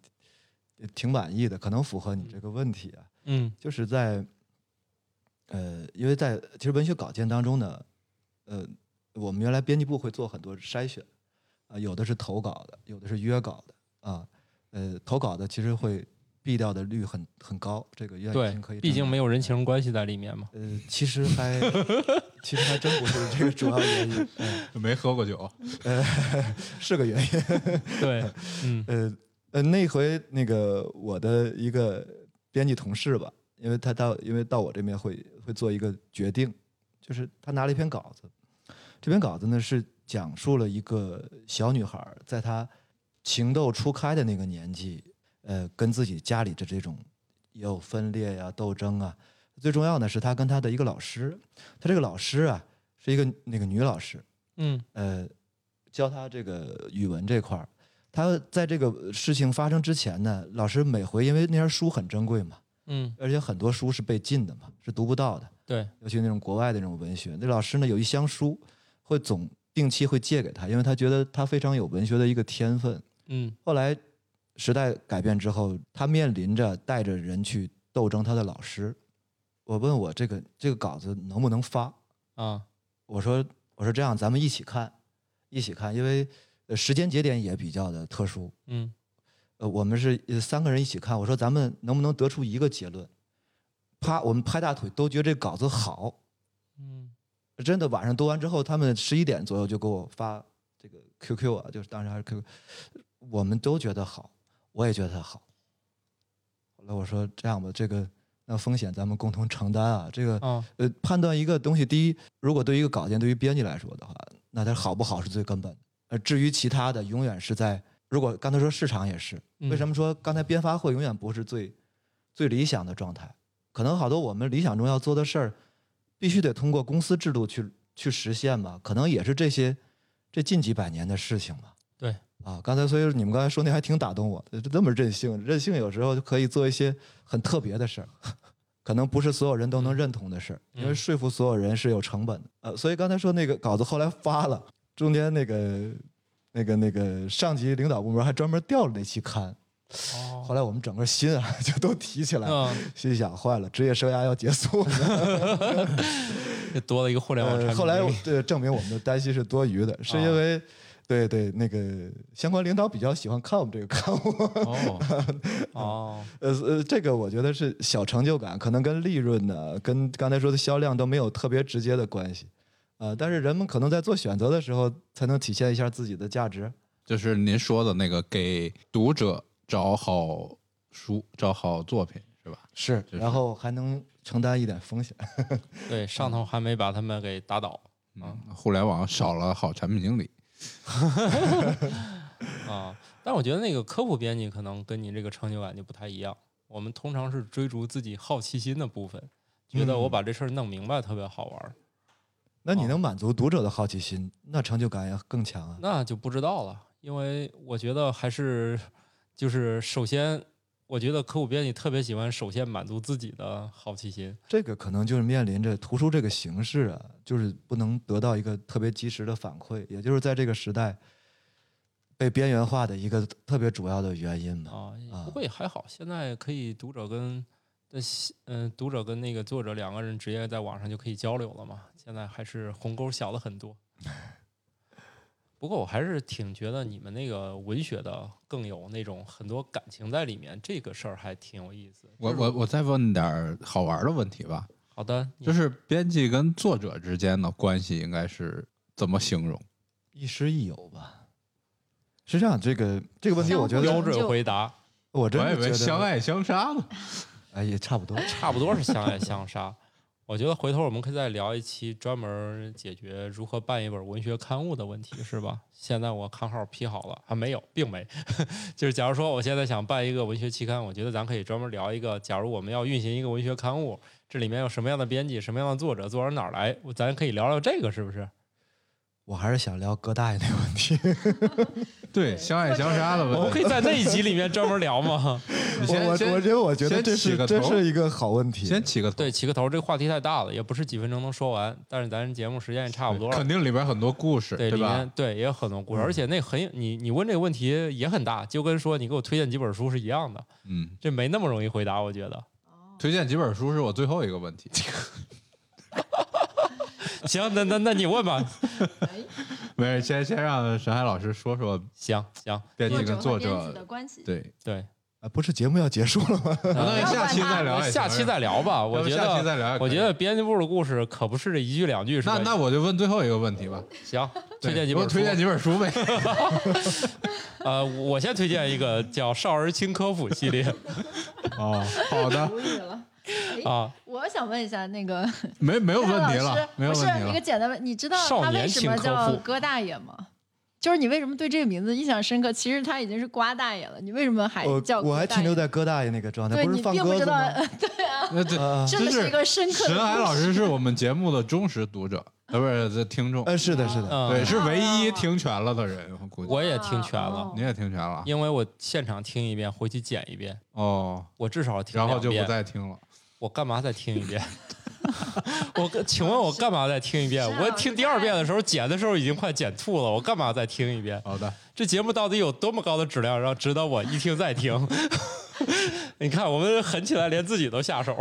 Speaker 6: 呃挺满意的，可能符合你这个问题啊，
Speaker 1: [LAUGHS] 嗯
Speaker 6: 就是在呃，因为在其实文学稿件当中呢，呃，我们原来编辑部会做很多筛选，啊、有的是投稿的，有的是约稿的啊，呃，投稿的其实会毙掉的率很很高，这个愿意
Speaker 1: 对
Speaker 6: 听可以，
Speaker 1: 毕
Speaker 6: 证
Speaker 1: 竟
Speaker 6: 明
Speaker 1: 没有人情关系在里
Speaker 6: [LAUGHS]
Speaker 1: 面嘛。
Speaker 6: 呃，其实还 [LAUGHS] 其实还真不是这个主要原因，嗯
Speaker 4: 没喝过酒，
Speaker 6: 是个原因。
Speaker 1: 对，嗯
Speaker 6: 呃呃，那回那个我的一个编辑同事吧，因为他到因为到我这边会会做一个决定，就是他拿了一篇稿子，这篇稿子呢是讲述了一个小女孩儿在她情窦初开的那个年纪，呃，跟自己家里的这种也有分裂呀、斗争啊。最重要的是，她跟她的一个老师，她这个老师啊是一个那个女老师，
Speaker 1: 嗯
Speaker 6: 呃，教他这个语文这块儿。他在这个事情发生之前呢，老师每回因为那些书很珍贵嘛，
Speaker 1: 嗯，
Speaker 6: 而且很多书是被禁的嘛，是读不到的，
Speaker 1: 对，
Speaker 6: 尤其那种国外的那种文学。那老师呢有一箱书，会总定期会借给他，因为他觉得他非常有文学的一个天分。
Speaker 1: 嗯
Speaker 6: 后来时代改变之后，他面临着带着人去斗争他的老师。我问我这个这个稿子能不能发？
Speaker 1: 啊，
Speaker 6: 我说我说这样，咱们一起看，一起看，因为呃时间节点也比较的特殊。
Speaker 1: 嗯
Speaker 6: 呃，我们是呃三个人一起看，我说咱们能不能得出一个结论？啪，我们拍大腿都觉得这稿子好，
Speaker 1: 嗯
Speaker 6: 真的晚上读完之后，他们十一点左右就给我发这个 QQ 啊，就是当时还是 QQ，我们都觉得好，我也觉得它好。后来我说这样吧，这个那风险咱们共同承担啊。这个
Speaker 1: 啊，
Speaker 6: 呃，判断一个东西，第一，如果对于一个稿件，对于编辑来说的话，那它好不好是最根本的。呃，至于其他的，永远是在如果刚才说市场也是，为什
Speaker 1: 么？
Speaker 6: 么说刚才编发会永远不是最最理想的状态？可能好多我们理想中要做的事儿，必须得通过公司制度去去实现吧。可能也是这些这近几百年的事情吧。
Speaker 1: 对
Speaker 6: 啊，刚才所以你们刚才说那还挺打动我的，这么任性，任性有时候就可以做一些很特别的事儿， [LAUGHS] 可能不是所有人都能认同的事儿，因为
Speaker 1: 嗯
Speaker 6: 说服所有人是有成本的。呃，所以刚才说那个稿子后来发了，中间那个那个那个上级领导部门还专门调了那期刊，
Speaker 1: 哦
Speaker 6: 后来我们整个心啊 [LAUGHS] 就都提起来了，
Speaker 1: 嗯，
Speaker 6: 心想坏了，职业生涯要结束了。
Speaker 1: 又多了一个互联网产
Speaker 6: 呃
Speaker 1: 品。
Speaker 6: 后来我对证明我们的担心是多余的，是
Speaker 1: 啊
Speaker 6: 因为。对对，那个相关领导比较喜欢看我们这个刊物，
Speaker 4: [LAUGHS]
Speaker 1: 哦哦，
Speaker 6: 呃呃，这个我觉得是小成就感，可能跟利润呢、跟刚才说的销量都没有特别直接的关系，呃，但是人们可能在做选择的时候，才能体现一下自己的价值。
Speaker 4: 就是您说的那个给读者找好书、找好作品，是吧？
Speaker 6: 是，哦
Speaker 4: 是
Speaker 6: 然后还能承担一点风险。
Speaker 1: 对，上头还没把他们给打倒
Speaker 4: 嗯，互联网少了好产品经理，
Speaker 1: 啊。但我觉得那个科普编辑可能跟你这个成就感就不太一样。我们通常是追逐自己好奇心的部分，觉
Speaker 6: 嗯
Speaker 1: 得我把这事儿弄明白特别好玩儿，
Speaker 6: 那你
Speaker 1: 哦
Speaker 6: 能满足读者的好奇心，那成就感也更强啊。
Speaker 1: 那就不知道了。因为我觉得还是就是首先，我觉得科普编辑特别喜欢首先满足自己的好奇心。
Speaker 6: 这个可能就是面临着图书这个形式啊，就是不能得到一个特别及时的反馈，也就是在这个时代被边缘化的一个特别主要的原因
Speaker 4: 哦
Speaker 1: 啊，
Speaker 6: 吧。啊
Speaker 1: 不过也还好，现在可以读者跟呃西嗯读者跟那个作者两个人直接在网上就可以交流了嘛。现在还是鸿沟小了很
Speaker 6: [LAUGHS]
Speaker 1: 多。不过我还是挺觉得你们那个文学的更有那种很多感情在里面，这个事儿还挺有意思。
Speaker 4: 我我我再问点儿好玩的问题吧，
Speaker 1: 好的，你
Speaker 4: 就是编辑跟作者之间的关系应该是怎么形容？
Speaker 6: 亦师亦友吧。实际上，这个这个问题，
Speaker 2: 相
Speaker 6: 我觉
Speaker 2: 互
Speaker 1: 标
Speaker 6: 得
Speaker 2: 成
Speaker 1: 准
Speaker 2: 就
Speaker 1: 回答，
Speaker 6: 我真
Speaker 4: 我以
Speaker 6: 的觉
Speaker 4: 为
Speaker 6: 得
Speaker 4: 相，爱相杀呢。
Speaker 6: 哎，也差不多。
Speaker 1: 差不多是相爱相杀。 [LAUGHS] 我觉得回头我们可以再聊一期专门解决如何办一本文学刊物的问题，是吧？现在我刊号批好了，还没有，并没。 [LAUGHS] 就是假如说我现在想办一个文学期刊，我觉得咱可以专门聊一个，假如我们要运行一个文学刊物，这里面有什么样的编辑，什么样的作者，作者哪儿来，我咱可以聊聊这个，是不是？
Speaker 6: 我还是想聊葛大爷那个问题。
Speaker 4: 对，相爱相杀
Speaker 1: [LAUGHS]
Speaker 4: 的
Speaker 1: 我们
Speaker 4: 问
Speaker 1: 可
Speaker 4: 题。
Speaker 1: 以在那一集里面专门聊吗？
Speaker 4: 你
Speaker 6: 我
Speaker 4: 先
Speaker 6: 我我
Speaker 4: 先
Speaker 6: 觉得，我觉得
Speaker 4: 先
Speaker 6: 这
Speaker 4: 起
Speaker 6: 是
Speaker 4: 个
Speaker 6: 这
Speaker 4: 头
Speaker 6: 是一个好问题。
Speaker 4: 先起个
Speaker 1: [LAUGHS]
Speaker 4: 头
Speaker 1: 对，起个头，这个话题太大了，也不是几分钟能说完，但是咱节目时间也差不多了，
Speaker 4: 肯定里边很多故事，
Speaker 1: 对，里
Speaker 4: 吧嗯
Speaker 1: 面？对也有很多故事，而且那很你你问这个问题也很大，就跟说你给我推荐几本书是一样的，
Speaker 4: 嗯，
Speaker 1: 这没那么容易回答，我觉得。 [LAUGHS]
Speaker 4: 推荐几本书是我最后一个问题。
Speaker 1: 行，那那那你问吧。 [LAUGHS]
Speaker 2: 哎
Speaker 4: 没事，先先让沈海老师说说
Speaker 1: 行行，
Speaker 4: 编辑跟
Speaker 2: 作
Speaker 4: 作
Speaker 2: 者和编辑的
Speaker 4: 者。
Speaker 2: 关系， [LAUGHS]
Speaker 4: 对，
Speaker 1: 对，
Speaker 6: 啊，不是节目要结束了吗？
Speaker 4: [LAUGHS] 那等下期再聊也行，
Speaker 1: 呃下期再聊吧。
Speaker 4: 要
Speaker 1: 我
Speaker 4: 不
Speaker 1: 觉
Speaker 4: 下期
Speaker 1: 得，
Speaker 4: 再聊也可以。
Speaker 1: 我觉得编辑部的故事可不是这一句两句，是吧
Speaker 4: 那？那我就问最后一个问题
Speaker 1: [LAUGHS]
Speaker 4: 吧，
Speaker 1: 行，
Speaker 4: 对
Speaker 1: 推荐几
Speaker 4: 给我
Speaker 1: 本书。
Speaker 4: 推荐几本书呗。
Speaker 1: [LAUGHS] 呃，我先推荐一个叫《少儿轻科普》系
Speaker 4: [LAUGHS]
Speaker 1: 列
Speaker 4: 哦，好的，
Speaker 2: 无语了。
Speaker 1: 啊，
Speaker 2: 我想问一下那个
Speaker 4: 没没有
Speaker 2: 大
Speaker 4: 问题
Speaker 2: [LAUGHS] 老师
Speaker 4: 了，没有
Speaker 2: 不是
Speaker 4: 问题
Speaker 2: 一个
Speaker 4: 了。
Speaker 2: 简单问，你知道
Speaker 1: 少
Speaker 2: 他为
Speaker 1: 年
Speaker 2: 什
Speaker 1: 请
Speaker 2: 么
Speaker 1: 客
Speaker 2: 叫
Speaker 1: 户
Speaker 2: 哥大爷吗？就是你为什么对这个名字印象深刻？其实他已经是瓜大爷了，你为什么还
Speaker 6: 我
Speaker 2: 哎叫
Speaker 6: 我
Speaker 2: 哥
Speaker 6: 还
Speaker 2: 大
Speaker 6: 停
Speaker 2: 爷
Speaker 6: 留在葛大爷那个状态，
Speaker 2: 对
Speaker 6: 不
Speaker 2: 你
Speaker 6: 是放
Speaker 2: 并不
Speaker 6: 鸽
Speaker 2: 知
Speaker 6: 子
Speaker 2: 道， [LAUGHS]
Speaker 6: 吗？
Speaker 4: 那
Speaker 1: 呃
Speaker 4: 这
Speaker 6: 啊
Speaker 2: 真的
Speaker 4: 就是
Speaker 2: 一个深刻的
Speaker 4: 沈海
Speaker 2: 故
Speaker 4: 老
Speaker 2: 事
Speaker 4: 师
Speaker 2: [LAUGHS]
Speaker 4: 是我们节目的忠实读者，呃，不是这听众，
Speaker 6: 呃，是的，
Speaker 2: 啊
Speaker 6: 是的，
Speaker 1: 嗯
Speaker 4: 对，是唯一听全了的人，我估计。
Speaker 1: 我也听全了
Speaker 2: 哦，
Speaker 4: 你也听全了
Speaker 1: 因为我现场听一遍，回去剪一遍，
Speaker 4: 哦，
Speaker 1: 我至少听
Speaker 4: 然后
Speaker 1: 两
Speaker 4: 就不
Speaker 1: 遍
Speaker 4: 再听了。
Speaker 1: 我干嘛再听一遍？ [LAUGHS] 我跟请问我干嘛再听一遍
Speaker 2: 是啊？
Speaker 1: 我听第二遍的时候剪的时候已经快剪吐了，我干嘛再听一遍？
Speaker 4: 好的，
Speaker 1: 这节目到底有多么高的质量，让值得我一听再听？ [LAUGHS] 你看，我们狠起来连自己都下手。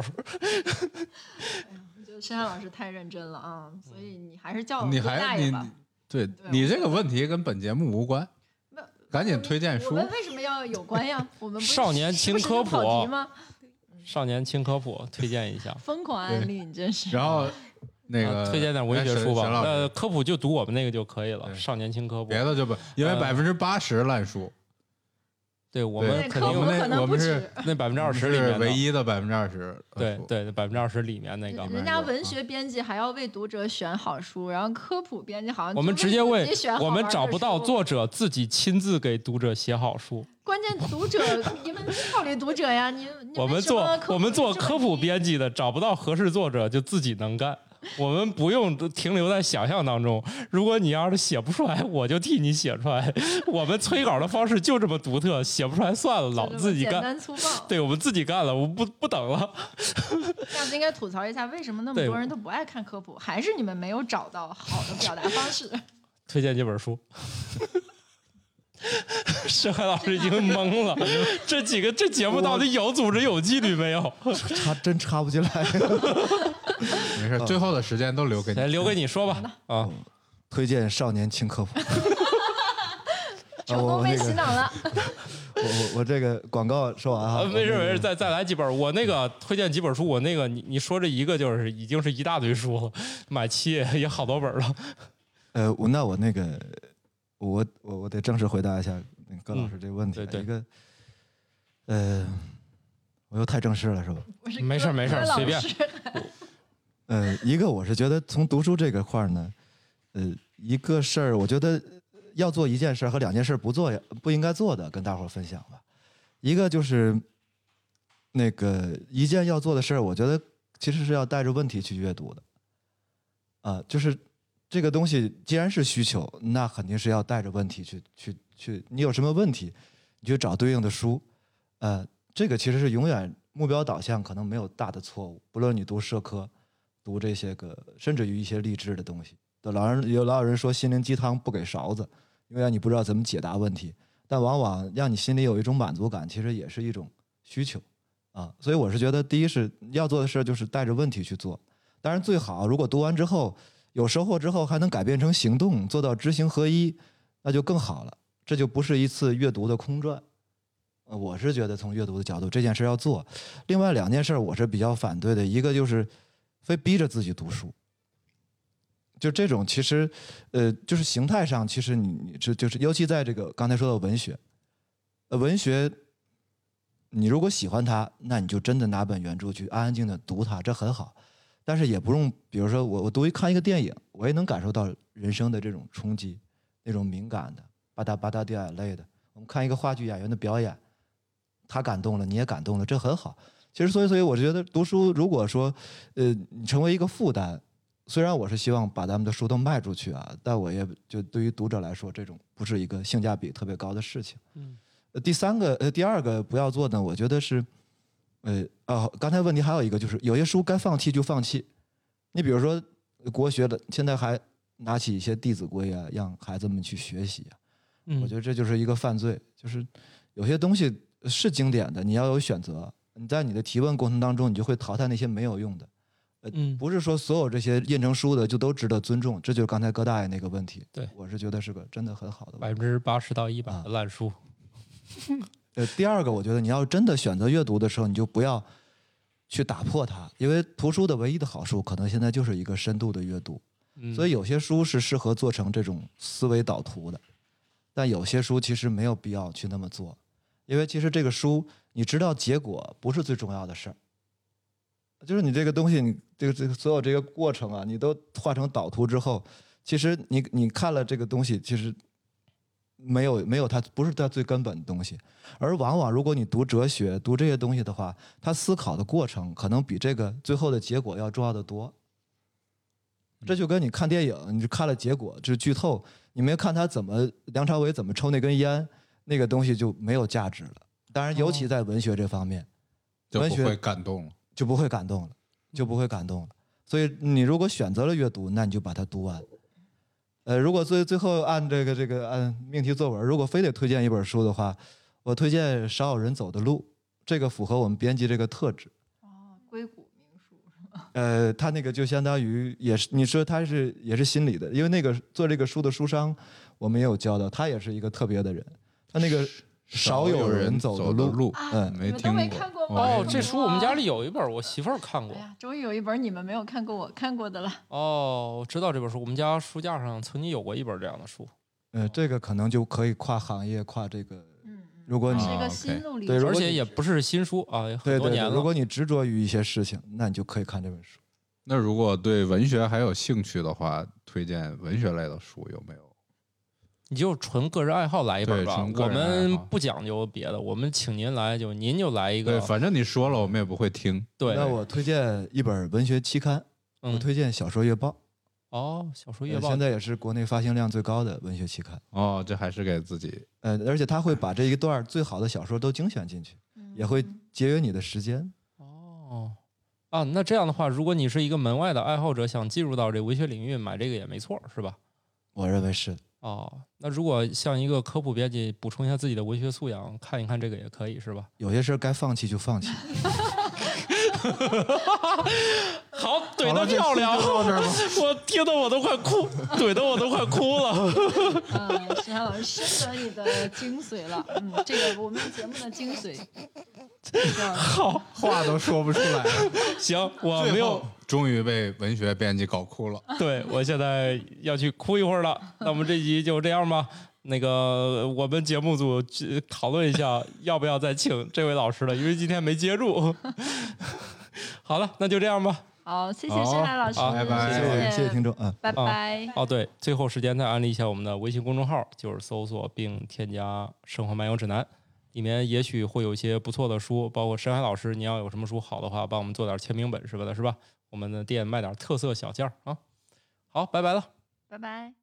Speaker 2: 我觉得山海老师太认真了啊，所以你还是叫我
Speaker 4: 你
Speaker 2: 郭大
Speaker 4: 还
Speaker 2: 爷
Speaker 4: 你
Speaker 2: 吧。
Speaker 4: 对
Speaker 2: 对
Speaker 4: 你这个问题跟本节目无关
Speaker 2: 没有，
Speaker 4: 赶紧推荐
Speaker 2: 我
Speaker 4: 书。
Speaker 2: 们为什么要有关呀？我们不是
Speaker 1: 少年
Speaker 2: 时不
Speaker 1: 轻
Speaker 2: 时
Speaker 1: 科
Speaker 2: 就
Speaker 1: 普
Speaker 2: 跑题吗？
Speaker 1: 少年轻科普推荐一下，
Speaker 2: 疯狂案例，你真是。
Speaker 4: 然后
Speaker 1: [LAUGHS]
Speaker 4: 那
Speaker 1: 啊
Speaker 4: 个
Speaker 1: 推荐点文学
Speaker 4: 哎沈
Speaker 1: 书吧。
Speaker 4: 沈老师
Speaker 1: 呃，科普就读我们那个就可以了。呃
Speaker 4: 对
Speaker 1: 少年轻科普
Speaker 4: 别的就不，因为
Speaker 1: 呃
Speaker 4: 百分之八十烂书，
Speaker 1: 对我
Speaker 4: 对
Speaker 1: 们
Speaker 2: 对
Speaker 1: 肯
Speaker 2: 科
Speaker 1: 定
Speaker 2: 普
Speaker 4: 我们那
Speaker 2: 可能
Speaker 4: 我
Speaker 2: 不
Speaker 4: 们
Speaker 2: 止
Speaker 4: 是，
Speaker 1: 那百分之二十里
Speaker 4: 是
Speaker 1: 面的
Speaker 4: 唯一的百分之二十，
Speaker 1: 对对，百分之二十里面那个
Speaker 4: 嗯，
Speaker 2: 人家
Speaker 1: 啊
Speaker 2: 文学编辑还要为读者选好书，然后科普编辑好像
Speaker 1: 我们
Speaker 2: 就是
Speaker 1: 直接为
Speaker 2: 啊自己选好
Speaker 1: 我们
Speaker 2: 玩的
Speaker 1: 找不到
Speaker 2: 书，
Speaker 1: 作者，自己亲自给读者写好书。
Speaker 2: 关键读者你们考虑读者呀，你你
Speaker 1: 我们
Speaker 2: 为什么
Speaker 1: 做
Speaker 2: 科普
Speaker 1: 我们做
Speaker 2: 这么
Speaker 1: 科普
Speaker 2: 低
Speaker 1: 编辑的，找不到合适作者就自己能干。我们不用停留在想象当中。如果你要是写不出来，我就替你写出来。我们催稿的方式就这么独特，写不出来算了，
Speaker 2: 就
Speaker 1: 老
Speaker 2: 这么
Speaker 1: 自己
Speaker 2: 简
Speaker 1: 干。
Speaker 2: 单粗暴。
Speaker 1: [LAUGHS] 对我们自己干了，我不不等了。
Speaker 2: 下次应该吐槽一下，为什么那么
Speaker 1: 对
Speaker 2: 多人都不爱看科普？还是你们没有找到好的表达方
Speaker 1: [LAUGHS]
Speaker 2: 式？
Speaker 1: 推荐这本书。 [LAUGHS] 沈海老师已经懵了，这几个这节目到底有组织有纪律没有？
Speaker 6: 插真插不进来。
Speaker 4: 没
Speaker 1: 嗯
Speaker 4: 事，最后的时间都留给你
Speaker 1: 来。哎留给你说吧啊！
Speaker 6: 推荐少年轻科普。
Speaker 2: 成
Speaker 6: 啊
Speaker 2: 功
Speaker 6: 我
Speaker 2: 被
Speaker 6: 那个
Speaker 2: 洗脑了，
Speaker 6: 我我我这个广告说完
Speaker 1: 啊，
Speaker 6: 啊，
Speaker 1: 没事没事，再再来几本。我那个推荐几本书，我那个你你说这一个就是已经是一大堆书了，买齐也也好多本了。
Speaker 6: 呃，我那我那个，我我我得正式回答一下那个葛老师这个问
Speaker 1: 嗯
Speaker 6: 题了。
Speaker 1: 对对
Speaker 6: 一个，呃，我又太正式了是吧？
Speaker 2: 我是
Speaker 1: 没事
Speaker 2: 科
Speaker 1: 没事
Speaker 2: 科老
Speaker 1: 随便
Speaker 2: 师 [LAUGHS]
Speaker 6: 呃，一个我是觉得从读书这个块儿呢，呃，一个事儿，我觉得要做一件事儿和两件事儿不做也不应该做的，跟大伙儿分享吧。一个就是那个一件要做的事儿，我觉得其实是要带着问题去阅读的，啊、就是这个东西既然是需求，那肯定是要带着问题去去去，你有什么问题，你去找对应的书，呃，这个其实是永远目标导向，可能没有大的错误，不论你读社科。读这些个，甚至于一些励志的东西。对老人有老有人说心灵鸡汤不给勺子，因为你不知道怎么解答问题。但往往让你心里有一种满足感，其实也是一种需求啊。所以我是觉得，第一是要做的事儿就是带着问题去做。当然最好，如果读完之后有收获之后，还能改变成行动，做到知行合一，那就更好了。这就不是一次阅读的空转。呃我是觉得从阅读的角度，这件事要做。另外两件事儿我是比较反对的，一个就是非逼着自己读书。就这种，其实，呃，就是形态上，其实你你这就是，尤其在这个刚才说到文学，呃，文学，你如果喜欢它，那你就真的拿本原著去安安静静地读它，这很好。但是也不用，比如说我我读一看一个电影，我也能感受到人生的这种冲击，那种敏感的，吧嗒吧嗒掉眼泪的。我们看一个话剧演员的表演，他感动了，你也感动了，这很好。其实，所以，所以我觉得读书，如果说，呃，你成为一个负担，虽然我是希望把咱们的书都卖出去啊，但我也就对于读者来说，这种不是一个性价比特别高的事情。
Speaker 1: 嗯
Speaker 6: 呃，第三个，呃，第二个不要做呢，我觉得是，呃，哦，刚才问题还有一个就是，有些书该放弃就放弃。你比如说呃国学的，现在还拿起一些《弟子规》啊，让孩子们去学习啊。我觉
Speaker 1: 嗯，
Speaker 6: 得这就是一个犯罪，就是有些东西是经典的，你要有选择。你在你的提问过程当中，你就会淘汰那些没有用的。
Speaker 1: 嗯
Speaker 6: 不是说所有这些印成书的就都值得尊重，这就是刚才葛大爷那个问题。
Speaker 1: 对
Speaker 6: 我是觉得是个真的很好的
Speaker 1: 百
Speaker 6: 问
Speaker 1: 分
Speaker 6: 题。
Speaker 1: 之八十到一百的烂书，
Speaker 6: 呃，第二个，我觉得你要真的选择阅读的时候，你就不要去打破它，因为图书的唯一的好处，可能现在就是一个深度的阅读。
Speaker 1: 嗯
Speaker 6: 所以有些书是适合做成这种思维导图的，但有些书其实没有必要去那么做，因为其实这个书你知道结果不是最重要的事儿，就是你这个东西，你这个这个所有这个过程啊，你都画成导图之后，其实你你看了这个东西，其实没有没有它不是它最根本的东西，而往往如果你读哲学读这些东西的话，他思考的过程可能比这个最后的结果要重要的多。这就跟你看电影，你就看了结果，就是剧透，你没看他怎么梁朝伟怎么抽那根烟，那个东西就没有价值了。当然，尤其在文学这方面，
Speaker 4: 就
Speaker 6: 文
Speaker 4: 不
Speaker 6: 学
Speaker 4: 会感动了。
Speaker 6: 就不会感动了，就不会感动了。所以你如果选择了阅读，那你就把它读完。呃，如果最最后按这个这个按命题作文，如果非得推荐一本书的话，我推荐《少有人走的路》，这个符合我们编辑这个特质。
Speaker 2: 哦，硅谷名书，
Speaker 6: 呃，他那个就相当于也是，你说他是也是心理的，因为那个做这个书的书商，我们也有教到，他也是一个特别的人。他那个少有人走的
Speaker 4: 的
Speaker 6: 路，
Speaker 4: 路
Speaker 2: 啊
Speaker 6: 嗯
Speaker 4: 没
Speaker 2: 你们都
Speaker 4: 听
Speaker 2: 没
Speaker 4: 过
Speaker 2: 看过吗？
Speaker 1: 哦
Speaker 4: 我，没
Speaker 1: 这书我们家里有一本，我媳妇儿看过
Speaker 2: 哎。呀，终于有一本你们没有看过我看过的了。
Speaker 1: 哦，我知道这本书，我们家书架上曾经有过一本这样的书。
Speaker 6: 呃，这个可能就可以跨行业、跨这个
Speaker 2: 嗯，嗯
Speaker 6: 如果你
Speaker 2: 是一
Speaker 4: 啊
Speaker 2: 个
Speaker 4: ，OK
Speaker 2: 心路历
Speaker 6: 对
Speaker 2: 程，
Speaker 6: 如果
Speaker 1: 哦而且
Speaker 6: 你
Speaker 1: 也不是新书啊，很
Speaker 6: 对
Speaker 1: 多
Speaker 6: 对
Speaker 1: 年
Speaker 6: 对，
Speaker 1: 了。
Speaker 6: 如果你执着于一些事情，那你就可以看这本书。
Speaker 4: 那如果对文学还有兴趣的话，推荐文学类的书有没有？
Speaker 1: 你就纯个人爱好来一本
Speaker 4: 对
Speaker 1: 吧
Speaker 4: 纯，个
Speaker 1: 我
Speaker 4: 人爱好
Speaker 1: 们不讲究别的，我们请您来就您就来一
Speaker 4: 对，
Speaker 1: 个，
Speaker 4: 反正你说了，我们也不会听。
Speaker 1: 对，
Speaker 6: 那我推荐一本文学期刊，我
Speaker 1: 嗯
Speaker 6: 推荐《小说月报》
Speaker 1: 哦，小说
Speaker 6: 呃
Speaker 1: 月报
Speaker 6: 现在也是国内发行量最高的文学期刊。
Speaker 4: 哦，这还是给自己
Speaker 6: 呃，而且他会把这一段最好的小说都精选进去，也会节约你的时间。
Speaker 1: 哦啊，那这样的话，如果你是一个门外的爱好者，想进入到这文学领域，买这个也没错，是吧？
Speaker 6: 我认为是的
Speaker 1: 哦，那如果像一个科普编辑补充一下自己的文学素养，看一看这个也可以，是吧？
Speaker 6: 有些事儿该放弃就
Speaker 1: [LAUGHS]
Speaker 6: 放弃。
Speaker 1: 好，怼
Speaker 6: 好了
Speaker 1: 得
Speaker 6: 这期
Speaker 1: 漂亮，
Speaker 6: 就到这
Speaker 1: [LAUGHS]
Speaker 6: 儿吧
Speaker 1: 我听得我都快哭，怼得我都快哭了。
Speaker 6: [LAUGHS]
Speaker 2: 嗯，石涵老师深得你的精髓了，嗯，这个我们节目的精髓，
Speaker 1: 好，
Speaker 4: 话都说不出来了。
Speaker 1: 行，我啊没
Speaker 4: 最
Speaker 1: 有
Speaker 4: 后，终于被文学编辑搞哭了。
Speaker 1: 对我现在要去哭一会儿了。那我们这集就这样吧。那个，我们节目组去讨论一下，要不要再请这位老师了，因为今天没接住。 [LAUGHS] 好了，那就这样吧。
Speaker 2: 好，谢谢
Speaker 4: 好
Speaker 2: 石涵老师，
Speaker 1: 好
Speaker 4: 拜拜
Speaker 6: 谢谢谢谢听众啊。
Speaker 2: 拜拜。
Speaker 1: 哦，对，最后时间再安利一下我们的微信公众号，就是搜索并添加“生活漫游指南”，里面也许会有一些不错的书，包括深海老师，你要有什么书好的话，帮我们做点签名本什么的，是吧？我们的店卖点特色小件儿啊。好，拜拜了。
Speaker 2: 拜拜。